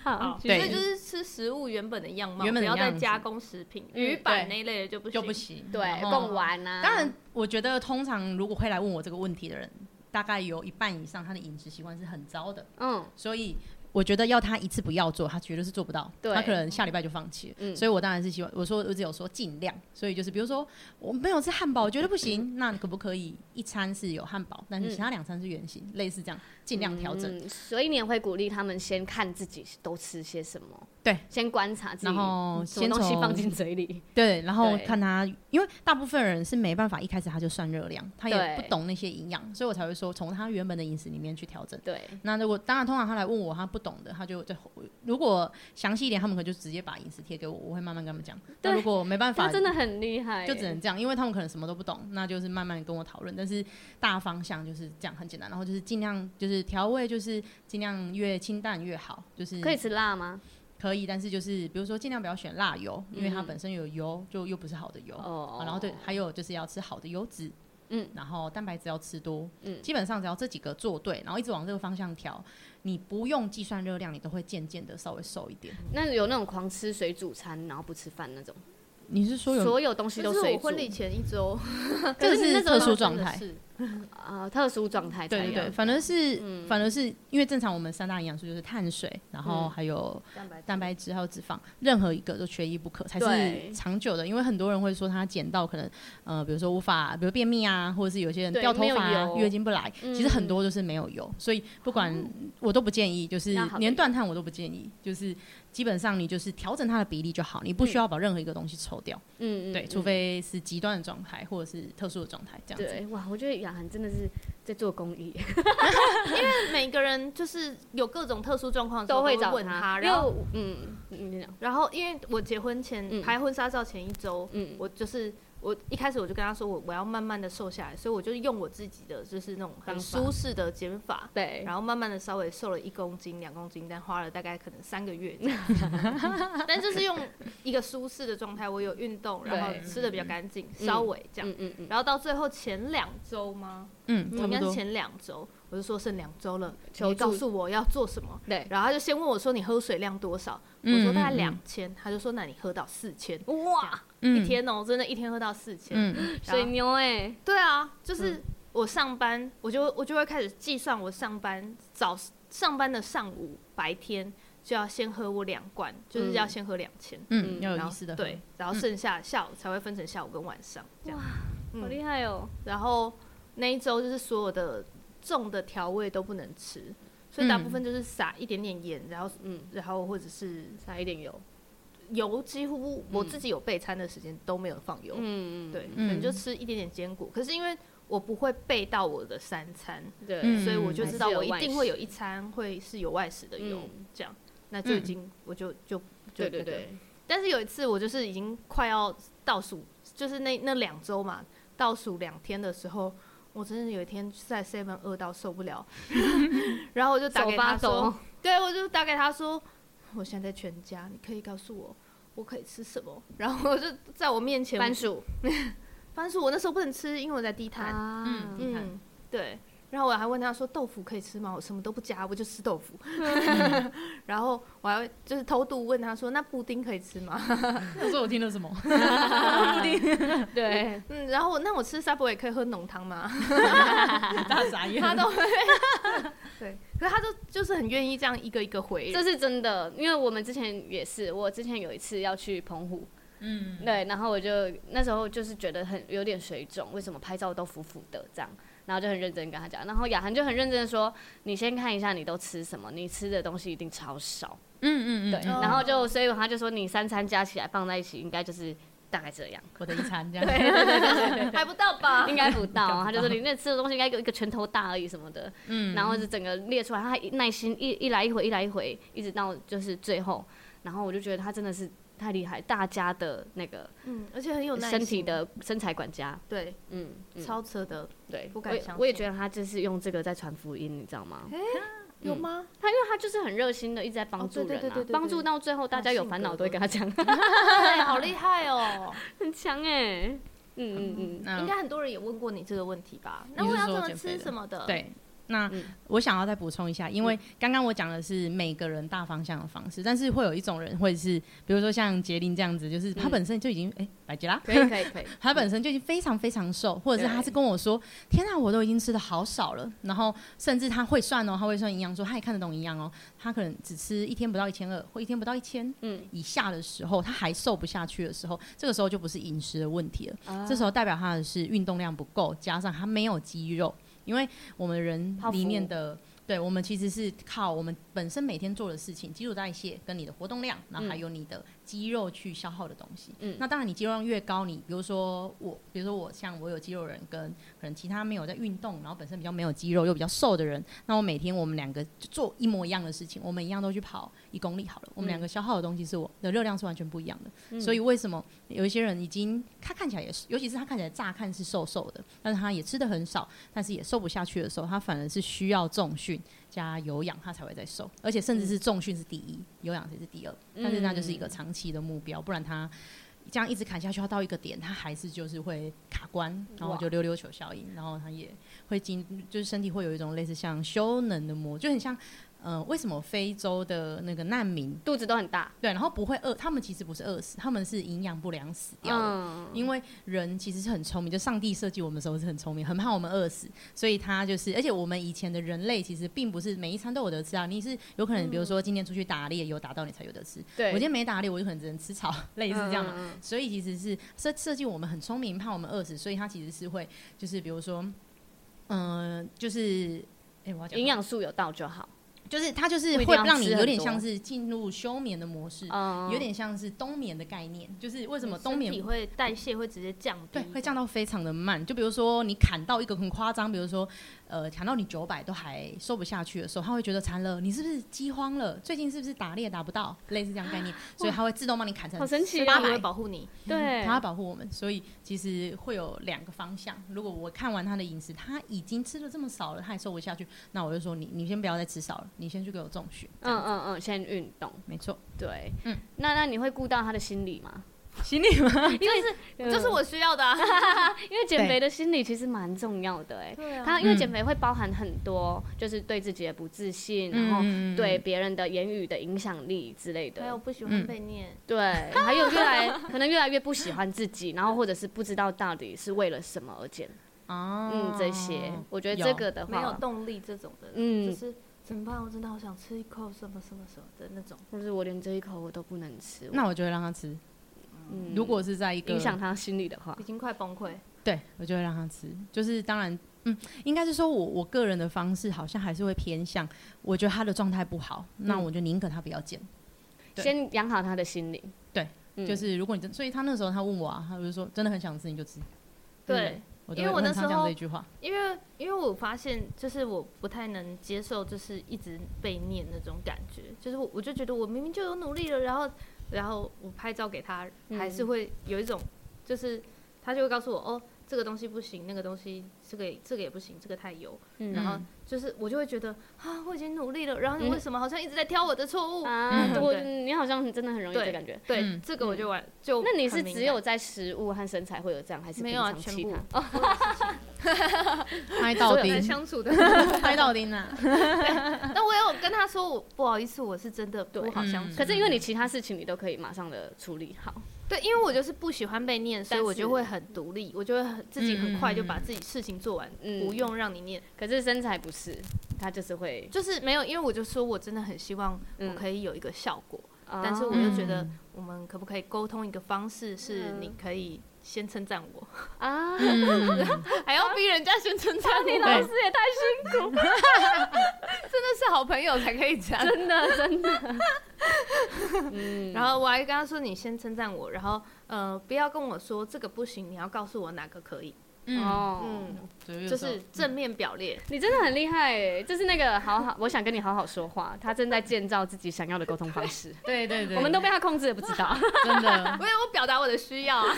Speaker 2: 好，
Speaker 3: 所以
Speaker 4: 对
Speaker 3: 就，是吃食物原本的样貌，
Speaker 4: 原本
Speaker 3: 不要
Speaker 4: 的
Speaker 3: 再
Speaker 4: 样子
Speaker 3: 加工食品，
Speaker 5: 嗯
Speaker 3: 鱼板那一类的 <laughs> 就不
Speaker 4: 就不
Speaker 3: 行。
Speaker 4: 行。
Speaker 2: 对，
Speaker 4: 然后
Speaker 2: 贡丸啊，
Speaker 4: 当然，我觉得通常如果会来问我这个问题的人，大概有一半以上他的饮食习惯是很糟的，
Speaker 2: 嗯，
Speaker 4: 所以。我觉得要他一次不要做，他绝对是做不到。
Speaker 2: 对
Speaker 4: 他可能下礼拜就放弃了。
Speaker 2: 嗯
Speaker 4: 所以我当然是希望，我说我只有说尽量。所以就是比如说，我没有吃汉堡，我觉得不
Speaker 2: 嗯
Speaker 4: 行。那可不可以一餐是有汉堡，但是其他两餐是圆形，类似这样，尽量调整。
Speaker 2: 嗯所以你也会鼓励他们先看自己都吃些什么，
Speaker 4: 对，
Speaker 2: 先观察自己，
Speaker 4: 然后
Speaker 2: 嗯什么
Speaker 4: 先
Speaker 2: 东西
Speaker 4: 从
Speaker 2: 放进嘴里，
Speaker 4: 对，然后
Speaker 2: 对
Speaker 4: 看他，因为大部分人是没办法一开始他就算热量，他也
Speaker 2: 对
Speaker 4: 不懂那些营养，所以我才会说从他原本的饮食里面去调整。
Speaker 2: 对，
Speaker 4: 那如果当然，通常他来问我他不懂的，他就在后如果详细一点，他们可能就直接把饮食贴给我，我会慢慢跟他们讲。
Speaker 2: 对
Speaker 4: 那如果没办法，
Speaker 2: 他真的欸很厉害耶，
Speaker 4: 就只能这样，因为他们可能什么都不懂，那就是慢慢跟我讨论。但是大方向就是这样，很简单。然后就是尽量就是调味，就是尽量越清淡越好，就是
Speaker 2: 可以吃辣吗？
Speaker 4: 可以，但是就是比如说尽量不要选辣油，因为它
Speaker 2: 嗯
Speaker 4: 本身有油，就又不是好的油。
Speaker 2: 哦
Speaker 4: 啊，然后对，还有就是要吃好的油脂，
Speaker 2: 嗯，
Speaker 4: 然后蛋白质要吃多，
Speaker 2: 嗯
Speaker 4: 基本上只要这几个做对，然后一直往这个方向调，你不用计算热量，你都会渐渐的稍微瘦一点。
Speaker 2: 那有那种狂吃水煮餐，然后不吃饭那种，
Speaker 4: 你是说有
Speaker 2: 所有东西都
Speaker 5: 这是
Speaker 2: 水
Speaker 5: 我
Speaker 2: 煮，
Speaker 5: 婚礼前一
Speaker 3: <laughs>
Speaker 5: 周，
Speaker 4: 这
Speaker 2: 可
Speaker 4: 个
Speaker 2: 是你那
Speaker 4: 是
Speaker 2: 时候
Speaker 4: 特殊状态？
Speaker 2: 啊特殊状态才
Speaker 4: 对
Speaker 2: 有，
Speaker 4: 对对，反正是、反正是因为正常我们三大营养素就是碳水，然后
Speaker 2: 嗯
Speaker 4: 还有
Speaker 5: 蛋白质
Speaker 4: 蛋白质还有脂肪，任何一个都缺一不可，才
Speaker 2: 对
Speaker 4: 是长久的。因为很多人会说他减到可能呃，比如说无法，比如便秘啊，或者是有些人
Speaker 2: 对
Speaker 4: 掉头发、
Speaker 2: 没有
Speaker 4: 啊、
Speaker 2: 油
Speaker 4: 月经不来，
Speaker 2: 嗯哦
Speaker 4: 其实很多就是没有油，所以不管我都不建议，就是
Speaker 2: 那好的
Speaker 4: 连断碳我都不建议，就是基本上你就是调整它的比例就好，你不需要把任何一个东西抽掉，
Speaker 2: 嗯嗯嗯，
Speaker 4: 对，
Speaker 2: 嗯
Speaker 4: 除非是极端的状态或者是特殊的状态这样子。
Speaker 2: 对哇，我觉得雅涵真的是在做公益，
Speaker 3: 每个人就是有各种特殊状
Speaker 2: <laughs>
Speaker 3: 况的时候
Speaker 2: 都会
Speaker 3: 会
Speaker 2: 找
Speaker 3: 问
Speaker 2: 他，因
Speaker 3: 然
Speaker 2: 为
Speaker 3: 后
Speaker 2: 我嗯，你讲，
Speaker 3: 然后因为我结婚前、
Speaker 2: 嗯
Speaker 3: 拍婚纱照前一周，
Speaker 2: 嗯，
Speaker 3: 我就是我一开始我就跟他说我我要慢慢的瘦下来，所以我就用我自己的就是那种很
Speaker 2: 方法哎
Speaker 3: 舒适的减法。
Speaker 2: 对，
Speaker 3: 然后慢慢的稍微瘦了一公斤、两公斤，但花了大概可能三个月
Speaker 2: <laughs>
Speaker 3: 这样，但就是用一个舒适的状态，我有运动，然后
Speaker 2: 对
Speaker 3: 吃的比较干净，
Speaker 2: 嗯
Speaker 3: 稍微这样。
Speaker 2: 嗯嗯嗯，
Speaker 3: 然后到最后前两周吗？
Speaker 4: 嗯，
Speaker 3: 嗯
Speaker 4: 差
Speaker 3: 应
Speaker 4: 不
Speaker 3: 该是
Speaker 4: 多。
Speaker 3: 前两周，我就说剩两周了，
Speaker 2: 求
Speaker 3: 你
Speaker 2: 助
Speaker 3: 告诉我要做什么。
Speaker 2: 对，
Speaker 3: 然后他就先问我说你喝水量多少，
Speaker 4: 嗯
Speaker 3: 我说大概
Speaker 4: 嗯嗯
Speaker 3: 两千，他就说那你喝到四千，
Speaker 2: 哇，
Speaker 4: 嗯
Speaker 3: 一天哦，真的，一天喝到四千。
Speaker 4: 嗯，
Speaker 2: 水牛哎，
Speaker 3: 对啊，就是我上班，我就我就会开始计算我上班早上班的上午白天就要先喝我两罐，就是要先喝两千，
Speaker 4: 嗯，
Speaker 2: 嗯
Speaker 4: 要有
Speaker 3: 然
Speaker 4: 意
Speaker 3: 后
Speaker 4: 思的。
Speaker 3: 对，，然后剩下下午才会分成下午跟晚上这样。嗯
Speaker 2: 好厉害哦，
Speaker 3: 然后那一周就是所有的重的调味都不能吃，所以大部分就是撒一点点盐，然后
Speaker 2: 嗯，
Speaker 3: 然后或者是
Speaker 2: 撒一点油，
Speaker 3: 油，几乎我自己有备餐的时间都没有放油，
Speaker 2: 嗯，
Speaker 3: 对，可
Speaker 4: 嗯
Speaker 3: 能就吃一点点坚果。可是因为我不会备到我的三餐，
Speaker 2: 对，
Speaker 4: 嗯
Speaker 3: 所以我就知道我一定会有
Speaker 2: 还是有外食
Speaker 3: 一餐会是有外食的油，
Speaker 2: 嗯
Speaker 3: 这样那就已经我就就就
Speaker 2: 对对
Speaker 3: 那个
Speaker 2: 对，
Speaker 3: 但是有一次，我就是已经快要倒数，就是那那两周嘛，倒数两天的时候，我真的有一天在 Seven 饿到受不了， <laughs> 然后我就打
Speaker 2: 手
Speaker 3: 给
Speaker 2: 把
Speaker 3: 他
Speaker 2: 手
Speaker 3: 说，，对我就打给他说，我现在在全家，你可以告诉我我可以吃什么？然后我就在我面前 <laughs>
Speaker 2: 番薯
Speaker 3: 番薯我那时候不能吃，因为我在低碳，
Speaker 2: 啊，
Speaker 4: 嗯
Speaker 3: 嗯，对，然后我还问他说豆腐可以吃吗？我什么都不加，我就吃豆腐。 <laughs> 然后我还会就是偷渡问他说那布丁可以吃吗？
Speaker 4: <laughs> 那时候我听了什么？
Speaker 2: 啊 <laughs> 对，
Speaker 3: 嗯，然后我那我吃 Subway 可以喝浓汤吗？ <laughs>
Speaker 4: 大傻眼。
Speaker 3: 他都会， <laughs> 对，可是他都就是很愿意这样一个一个回。
Speaker 2: 这是真的，因为我们之前也是，我之前有一次要去澎湖，
Speaker 4: 嗯，
Speaker 2: 对，然后我就那时候就是觉得很有点水肿，为什么拍照都浮浮的这样，然后就很认真跟他讲，然后雅涵就很认真的说，你先看一下你都吃什么，你吃的东西一定超少，
Speaker 4: 嗯嗯嗯，
Speaker 2: 对，
Speaker 4: 嗯
Speaker 2: 然后就所以他就说你三餐加起来放在一起应该就是大概这样，
Speaker 4: 我的一餐这样。
Speaker 3: <laughs> 还不到吧？
Speaker 2: 应该不到，啊他就说你那吃的东西应该有一个拳头大而已什么的，<laughs>
Speaker 4: 嗯
Speaker 2: 然后就整个列出来，他还耐心一一来一回，一来一回，一直到就是最后，然后我就觉得他真的是太厉害，大家的那个
Speaker 3: 嗯，而且很有耐心
Speaker 2: 身体的身材管家，
Speaker 3: 对，
Speaker 2: 嗯，嗯
Speaker 3: 超扯的，
Speaker 2: 对，
Speaker 3: 不敢
Speaker 2: 我也
Speaker 3: 相信
Speaker 2: 我也觉得他就是用这个在传福音，你知道吗？
Speaker 4: 嗯
Speaker 3: 有 <laughs> 吗？
Speaker 2: 他因为他就是很热心的一直在帮
Speaker 3: 哦对
Speaker 2: 助
Speaker 3: 对
Speaker 2: 人
Speaker 3: 对对
Speaker 2: 啊
Speaker 3: 对，对
Speaker 2: 帮助到最后大家有烦恼都会跟他讲，
Speaker 3: 对，哎好厉害哦！
Speaker 2: <laughs> 很强哎，嗯嗯嗯。
Speaker 4: 那
Speaker 3: 应该很多人也问过你这个问题吧？那
Speaker 4: 你是
Speaker 3: 我要
Speaker 4: 说
Speaker 3: 怎么
Speaker 4: 减肥
Speaker 3: 吃
Speaker 4: 的
Speaker 3: 什么的？，
Speaker 4: 对，那
Speaker 2: 嗯
Speaker 4: 我想要再补充一下，因为刚刚我讲的是每个人大方向的方式，但是会有一种人会是，比如说像杰林这样子，就是他
Speaker 2: 嗯
Speaker 4: 本身就已经哎百吉拉，
Speaker 2: 可以可以可
Speaker 3: <laughs>
Speaker 2: 以，
Speaker 4: 他本身就已经非常非常瘦，或者是他是跟我说，天啊，我都已经吃的好少了，然后甚至他会算哦，他会算营养，说他也看得懂营养哦，他可能只吃一天不到一千二，或一天不到一千
Speaker 2: 嗯，
Speaker 4: 以下的时候，他还瘦不下去的时候，这个时候就不是饮食的问题了。
Speaker 2: 啊
Speaker 4: 这时候代表他的是运动量不够，加上他没有肌肉，因为我们人
Speaker 2: 泡芙
Speaker 4: 里面的。对，我们其实是靠我们本身每天做的事情，基础代谢跟你的活动量，然后还有你的肌肉去消耗的东西。
Speaker 2: 嗯
Speaker 4: 那当然，你肌肉量越高，你比如说我，比如说我像我有肌肉人跟可能其他没有在运动，然后本身比较没有肌肉又比较瘦的人，那我每天我们两个就做一模一样的事情，我们一样都去跑一公里好了，我们两个消耗的东西是我的热量是完全不一样的。
Speaker 2: 嗯
Speaker 4: 所以为什么有一些人已经他看起来也是，尤其是他看起来乍看是瘦瘦的，但是他也吃的很少，但是也瘦不下去的时候，他反而是需要重训加有氧，他才会再瘦，而且甚至是重训是第一，有氧才是第二，但是那就是一个长期的目标，不然他。这样一直砍下去，他到一个点，他还是就是会卡关，然后
Speaker 2: 哇
Speaker 4: 就溜溜球效应，然后他也会经，就是身体会有一种类似像休能的魔，就很像，呃，为什么非洲的那个难民
Speaker 2: 肚子都很大，
Speaker 4: 对，然后不会饿，他们其实不是饿死，他们是营养不良死掉的。
Speaker 2: 嗯，
Speaker 4: 因为人其实是很聪明，就上帝设计我们的时候是很聪明，很怕我们饿死，所以他就是，而且我们以前的人类其实并不是每一餐都有得吃啊，你是有可能，比如说今天出去打猎有打到你才有得吃，
Speaker 2: 对，
Speaker 4: 我今天没打猎我就可能只能吃草， <laughs> 类似这样嘛。啊
Speaker 2: 嗯，嗯嗯
Speaker 4: 所以其实是设设计我们很聪明，怕我们饿死，所以他其实是会就是比如说，嗯、就是哎、我要讲
Speaker 2: 营养素有到就好，
Speaker 4: 就是它就是
Speaker 2: 不一定
Speaker 4: 会
Speaker 2: 要
Speaker 4: 让你
Speaker 2: 吃
Speaker 4: 有
Speaker 2: 很
Speaker 4: 点
Speaker 2: 多
Speaker 4: 像是进入休眠的模式，
Speaker 2: 嗯，
Speaker 4: 有点像是冬眠的概念，就是为什么冬
Speaker 3: 身体
Speaker 4: 眠
Speaker 3: 会代谢会直接降低，
Speaker 4: 对会降到非常的慢？就比如说你砍到一个很夸张，比如说呃砍到你九百都还瘦不下去的时候，他会觉得惨了，你是不是饥荒了？最近是不是打猎打不到？类似这样概念，所以他会自动帮你砍成
Speaker 2: 好神奇哦
Speaker 3: 八
Speaker 4: 八
Speaker 3: 百
Speaker 4: 百
Speaker 3: 会。保护你。
Speaker 2: 对，
Speaker 4: 嗯他要保护我们，所以其实会有两个方向。如果我看完他的饮食，他已经吃的这么少了，他还瘦不下去，那我就说你你先不要再吃少了，你先去给我重训。
Speaker 2: 嗯
Speaker 4: 嗯，
Speaker 2: 嗯嗯，先运动，
Speaker 4: 没错。
Speaker 2: 对，
Speaker 4: 嗯，
Speaker 2: 那那你会顾到他的心理吗？
Speaker 4: 心理吗？
Speaker 2: 嗯
Speaker 3: 这是我需要的、啊。
Speaker 2: 因为减肥的心理其实蛮重要的哎、
Speaker 3: 对啊
Speaker 2: 他因为
Speaker 4: 嗯
Speaker 2: 减肥会包含很多，就是对自己的不自信，然后
Speaker 4: 嗯
Speaker 2: 对别人的言语的影响力之类
Speaker 3: 还有
Speaker 2: 的，
Speaker 3: 不喜
Speaker 4: 嗯
Speaker 3: 欢被念，
Speaker 2: 对，还有越来可能越来越不喜欢自己，然后或者是不知道到底是为了什么而减，
Speaker 4: 哦，
Speaker 2: 嗯，这些我觉得
Speaker 4: 有
Speaker 2: 这个的
Speaker 3: 没有
Speaker 2: 话，
Speaker 3: 动力这种的，
Speaker 2: 嗯
Speaker 3: 就是怎么办？我真的好想吃一口什么什么什么的那种。
Speaker 2: 就是我连这一口我都不能吃，
Speaker 4: 那我就会让他吃。
Speaker 2: 嗯
Speaker 4: 如果是在一个
Speaker 2: 影响他心理的话
Speaker 3: 已，经快崩溃，
Speaker 4: 对我就会让他吃。就是当然，嗯，应该是说我我个人的方式好像还是会偏向，我觉得他的状态不好，那我就宁可他不要减。对
Speaker 2: 先养好他的心灵，
Speaker 4: 对
Speaker 2: 嗯，
Speaker 4: 就是如果你真，所以他那时候他问我啊，他就说真的很想吃你就吃。
Speaker 3: 对，
Speaker 4: 我都
Speaker 3: 因为
Speaker 4: 会
Speaker 3: 我那
Speaker 4: 很常
Speaker 3: 时
Speaker 4: 讲
Speaker 3: 候
Speaker 4: 这句
Speaker 3: <laughs>
Speaker 4: 话，
Speaker 3: 因为因为我发现，就是我不太能接受，就是一直被念那种感觉，就是我我就觉得我明明就有努力了，然后然后我拍照给他，
Speaker 2: 嗯
Speaker 3: 还是会有一种，就是他就会告诉我，哦，这个东西不行，那个东西，这个也这个也不行，这个太油，
Speaker 2: 嗯
Speaker 3: 然后
Speaker 4: 嗯
Speaker 3: 就是我就会觉得啊，我已经努力了，然后你
Speaker 2: 嗯
Speaker 3: 为什么好像一直在挑我的错误？
Speaker 2: 啊，
Speaker 4: 嗯
Speaker 2: 我
Speaker 3: 对
Speaker 2: 你好像真的很容易
Speaker 3: 对
Speaker 2: 这感觉。
Speaker 3: 对，
Speaker 4: 嗯
Speaker 3: 这个我就完就
Speaker 2: 那你
Speaker 3: 很
Speaker 2: 是
Speaker 3: 敏
Speaker 2: 只
Speaker 3: 感
Speaker 2: 有在食物和身材会有这样，还是
Speaker 3: 没有啊
Speaker 2: 平常
Speaker 3: 全
Speaker 2: 其哦
Speaker 3: 部
Speaker 2: 他？
Speaker 4: 拍到
Speaker 5: 很难
Speaker 4: 丁， <laughs>
Speaker 5: 相处的。
Speaker 3: <laughs>
Speaker 4: 拍到丁啊！
Speaker 3: 但我有跟他说，我不好意思，我是真的不好相处。
Speaker 2: 可是因为你其他事情你都可以马上的处理好，
Speaker 3: 对，因为我就是不喜欢被念，所以
Speaker 2: 但
Speaker 3: 我就是嗯会很独立，我就会很自己很快就把自己事情做完，
Speaker 2: 嗯
Speaker 3: 不用让你念。
Speaker 2: 可是身材不是，他就是会，
Speaker 3: 就是没有，因为我就说我真的很希望我
Speaker 2: 嗯哦
Speaker 3: 可以有一个效果，但
Speaker 2: 但
Speaker 3: 是我
Speaker 4: 嗯
Speaker 3: 就觉得我们可不可以沟通一个方式，是你可以先称赞 <laughs> 我，
Speaker 2: 啊， <laughs>
Speaker 4: 嗯，
Speaker 3: 还要逼人家先称 <laughs> 赞
Speaker 2: 你
Speaker 3: 我。
Speaker 2: 老师也太辛苦
Speaker 5: 真的是好朋友才可以这样。
Speaker 2: 真 <laughs> 的真的。嗯，
Speaker 3: 然后我还跟他说：“你先称赞我，然后呃，不要跟我说这个不行，你要告诉我哪个可以。
Speaker 4: 嗯，
Speaker 2: 哦，
Speaker 3: 嗯，
Speaker 4: 对
Speaker 3: 就
Speaker 4: 有时候
Speaker 2: <laughs>
Speaker 3: 是正面表列。
Speaker 2: 你真的很厉害哎，就是那个好好，我想跟你好好说话，他正在建造自己想要的沟通方式，
Speaker 4: 对对对，
Speaker 2: 我们都被他控制了，不知
Speaker 4: <laughs>
Speaker 2: 道。
Speaker 4: 真的
Speaker 3: 我也我表达我的需要 <laughs> 啊，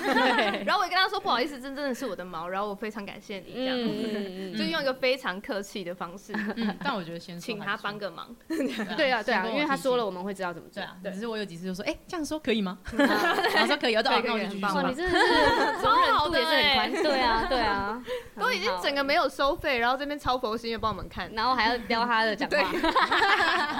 Speaker 3: 然后我也跟他说不好意思，这真的是我的毛，然后我非常感谢你这样，
Speaker 2: 嗯，
Speaker 3: 就用一个非常客气的方 <laughs> 式，
Speaker 4: 嗯，但我觉得先说
Speaker 3: 请
Speaker 4: 还
Speaker 3: 他
Speaker 4: 不错
Speaker 3: 帮
Speaker 4: <laughs>
Speaker 3: 个忙。
Speaker 2: 对啊对
Speaker 4: 先
Speaker 2: 啊，
Speaker 4: 嗯跟
Speaker 2: 因
Speaker 4: 我
Speaker 2: 为他
Speaker 4: 提
Speaker 2: 说
Speaker 4: 醒
Speaker 2: 了，我们会知道怎么做
Speaker 4: 对。啊，
Speaker 2: 对
Speaker 4: 只，是我有几次就说，哎，这样说可以
Speaker 2: <laughs>
Speaker 4: 吗？ <laughs> 然后说可以，我就哦，那我就继续
Speaker 3: 棒
Speaker 4: 说
Speaker 2: 哇，
Speaker 4: 吧
Speaker 2: 你真的是容忍度也是很宽，对啊对啊，
Speaker 3: 都已经整个没有收费，然后这边超佛心的帮我们看
Speaker 2: 很好，。然后还要雕他的讲 <laughs>
Speaker 4: <laughs>
Speaker 2: 话。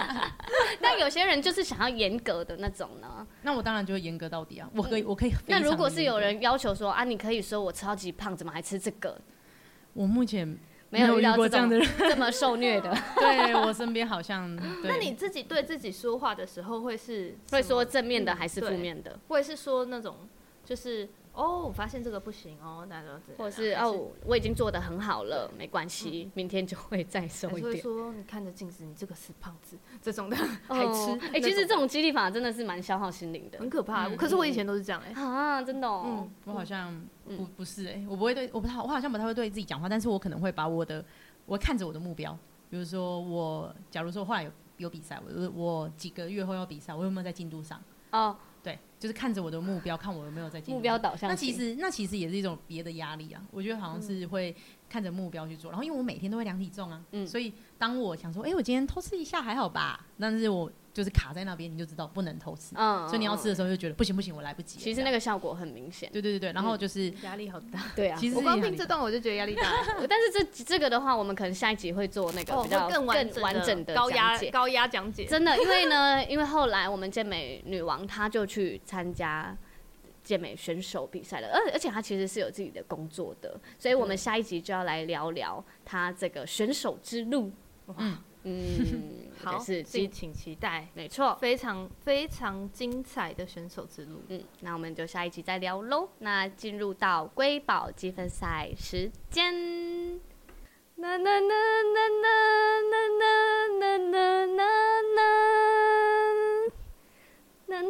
Speaker 2: 但有些人就是想要严格的那种呢。
Speaker 4: 那我当然就会严格到底啊，我可以，我可以。
Speaker 2: 嗯那如果是有，人要求说啊，你可以说我超级胖，怎么还吃这个？
Speaker 4: 我目前
Speaker 2: 没有遇
Speaker 4: 遇
Speaker 2: 到
Speaker 4: 过
Speaker 2: 这
Speaker 4: 这样
Speaker 2: 种 <laughs>
Speaker 4: 的人，
Speaker 2: 这么受虐的，
Speaker 4: 对我身边
Speaker 2: <laughs>
Speaker 4: 好像，
Speaker 3: 那
Speaker 4: 对
Speaker 3: 你自己对自己说话的时候会是
Speaker 2: 会
Speaker 3: 什么
Speaker 2: 说，正面的还是负面的，
Speaker 3: 会是说那种就是哦，我发现这个不行哦，那种之类的，
Speaker 2: 或是
Speaker 3: 还
Speaker 2: 哦，我已经做的很好了，没关系，明天就会再瘦
Speaker 3: 还
Speaker 2: 一
Speaker 3: 是会
Speaker 2: 点。
Speaker 3: 说你看着镜子，你这个是胖子这种的，还吃
Speaker 2: 哦，，哎，其实这种激励法真的是蛮消耗心灵的
Speaker 3: 很可怕。
Speaker 4: 嗯
Speaker 3: 可是我以前都是这样哎，
Speaker 2: 啊，真的哦。
Speaker 3: 嗯，
Speaker 4: 我好像
Speaker 2: 嗯
Speaker 4: 不不是哎、我不会对我不太我好像不太会对自己讲话，但是我可能会把我的我看着我的目标，比如说我假如说后来有有比赛，我我几个月后要比赛，我有没有在进度上？
Speaker 2: 哦，
Speaker 4: 对，就是看着我的目标，看我有没有在进度
Speaker 2: 目标导向
Speaker 4: 那
Speaker 2: 型。
Speaker 4: 其实那其实也是一种别的压力啊，我觉得好像是会看着目标去做。然后因为我每天都会量体重啊，
Speaker 2: 嗯
Speaker 4: 所以当我想说，哎、我今天偷吃一下还好吧，但是我就是卡在那边，你就知道不能偷吃，
Speaker 2: 嗯，嗯
Speaker 4: 所以你要吃
Speaker 2: 嗯
Speaker 4: 的时候就觉得不行不行，我来不及了。
Speaker 2: 其实那个嗯效果很明显。
Speaker 4: 对对对对，然后就是、
Speaker 3: 压力好大。
Speaker 2: 对啊，
Speaker 4: 其实
Speaker 3: 欸 <laughs> 我光
Speaker 4: 也
Speaker 3: 听
Speaker 4: 很
Speaker 3: 这段我就觉得压力大了，
Speaker 2: <laughs> 但是这这个的话，我们可能下一集会做那个
Speaker 3: 哦
Speaker 2: 比较
Speaker 3: 会更
Speaker 2: 完
Speaker 3: 整
Speaker 2: 整的
Speaker 3: 高
Speaker 2: 讲
Speaker 3: 压
Speaker 2: 解。
Speaker 3: 高压讲解，
Speaker 2: 真的，因为呢， <laughs> 因为后来我们健美女王她就去参加健美选手比赛了，而而且她其实是有自己的工作的，所以我们下一集就要来聊聊她这个选手之路。
Speaker 4: 嗯
Speaker 2: 嗯，
Speaker 3: 好，
Speaker 2: 也是
Speaker 3: 敬
Speaker 2: 激，
Speaker 3: 请期待，
Speaker 2: 没错。
Speaker 3: 非常非常精彩的选手之路。
Speaker 2: 嗯，那我们就下一集再聊喽。那进入到瑰宝积分赛时间。啦啦啦啦啦啦啦啦啦啦。啦啦啦啦啦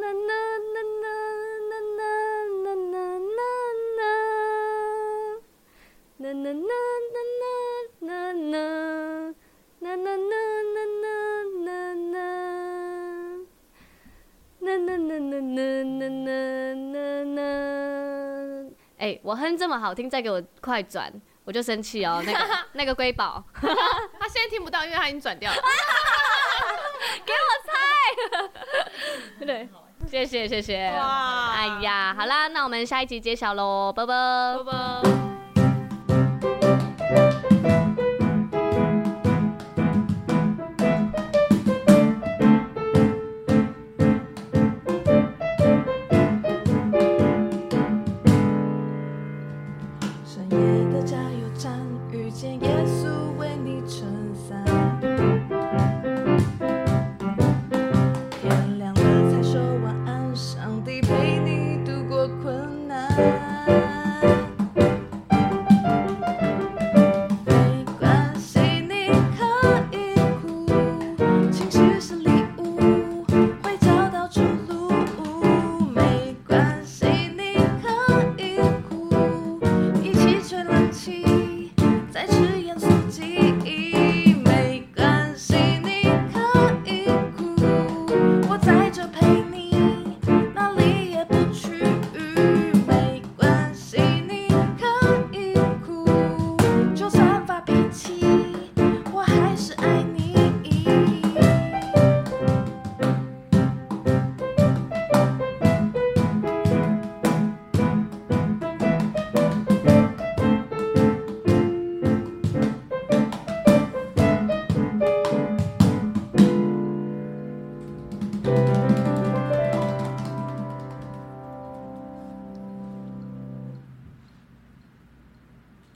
Speaker 2: 啦啦啦啦啦啦啦啦啦啦啦啦啦啦啦啦。啦啦啦啦啦啦啦啦啦！哎、我哼这么好听，再给我快转，我就生气哦。那个那个瑰宝，
Speaker 3: 他现在听不到，因为他已经转掉了。
Speaker 2: 对，谢谢谢谢。
Speaker 3: 哇
Speaker 2: 哎呀，好啦，那我们下一集揭晓喽，拜拜。
Speaker 3: 拜拜。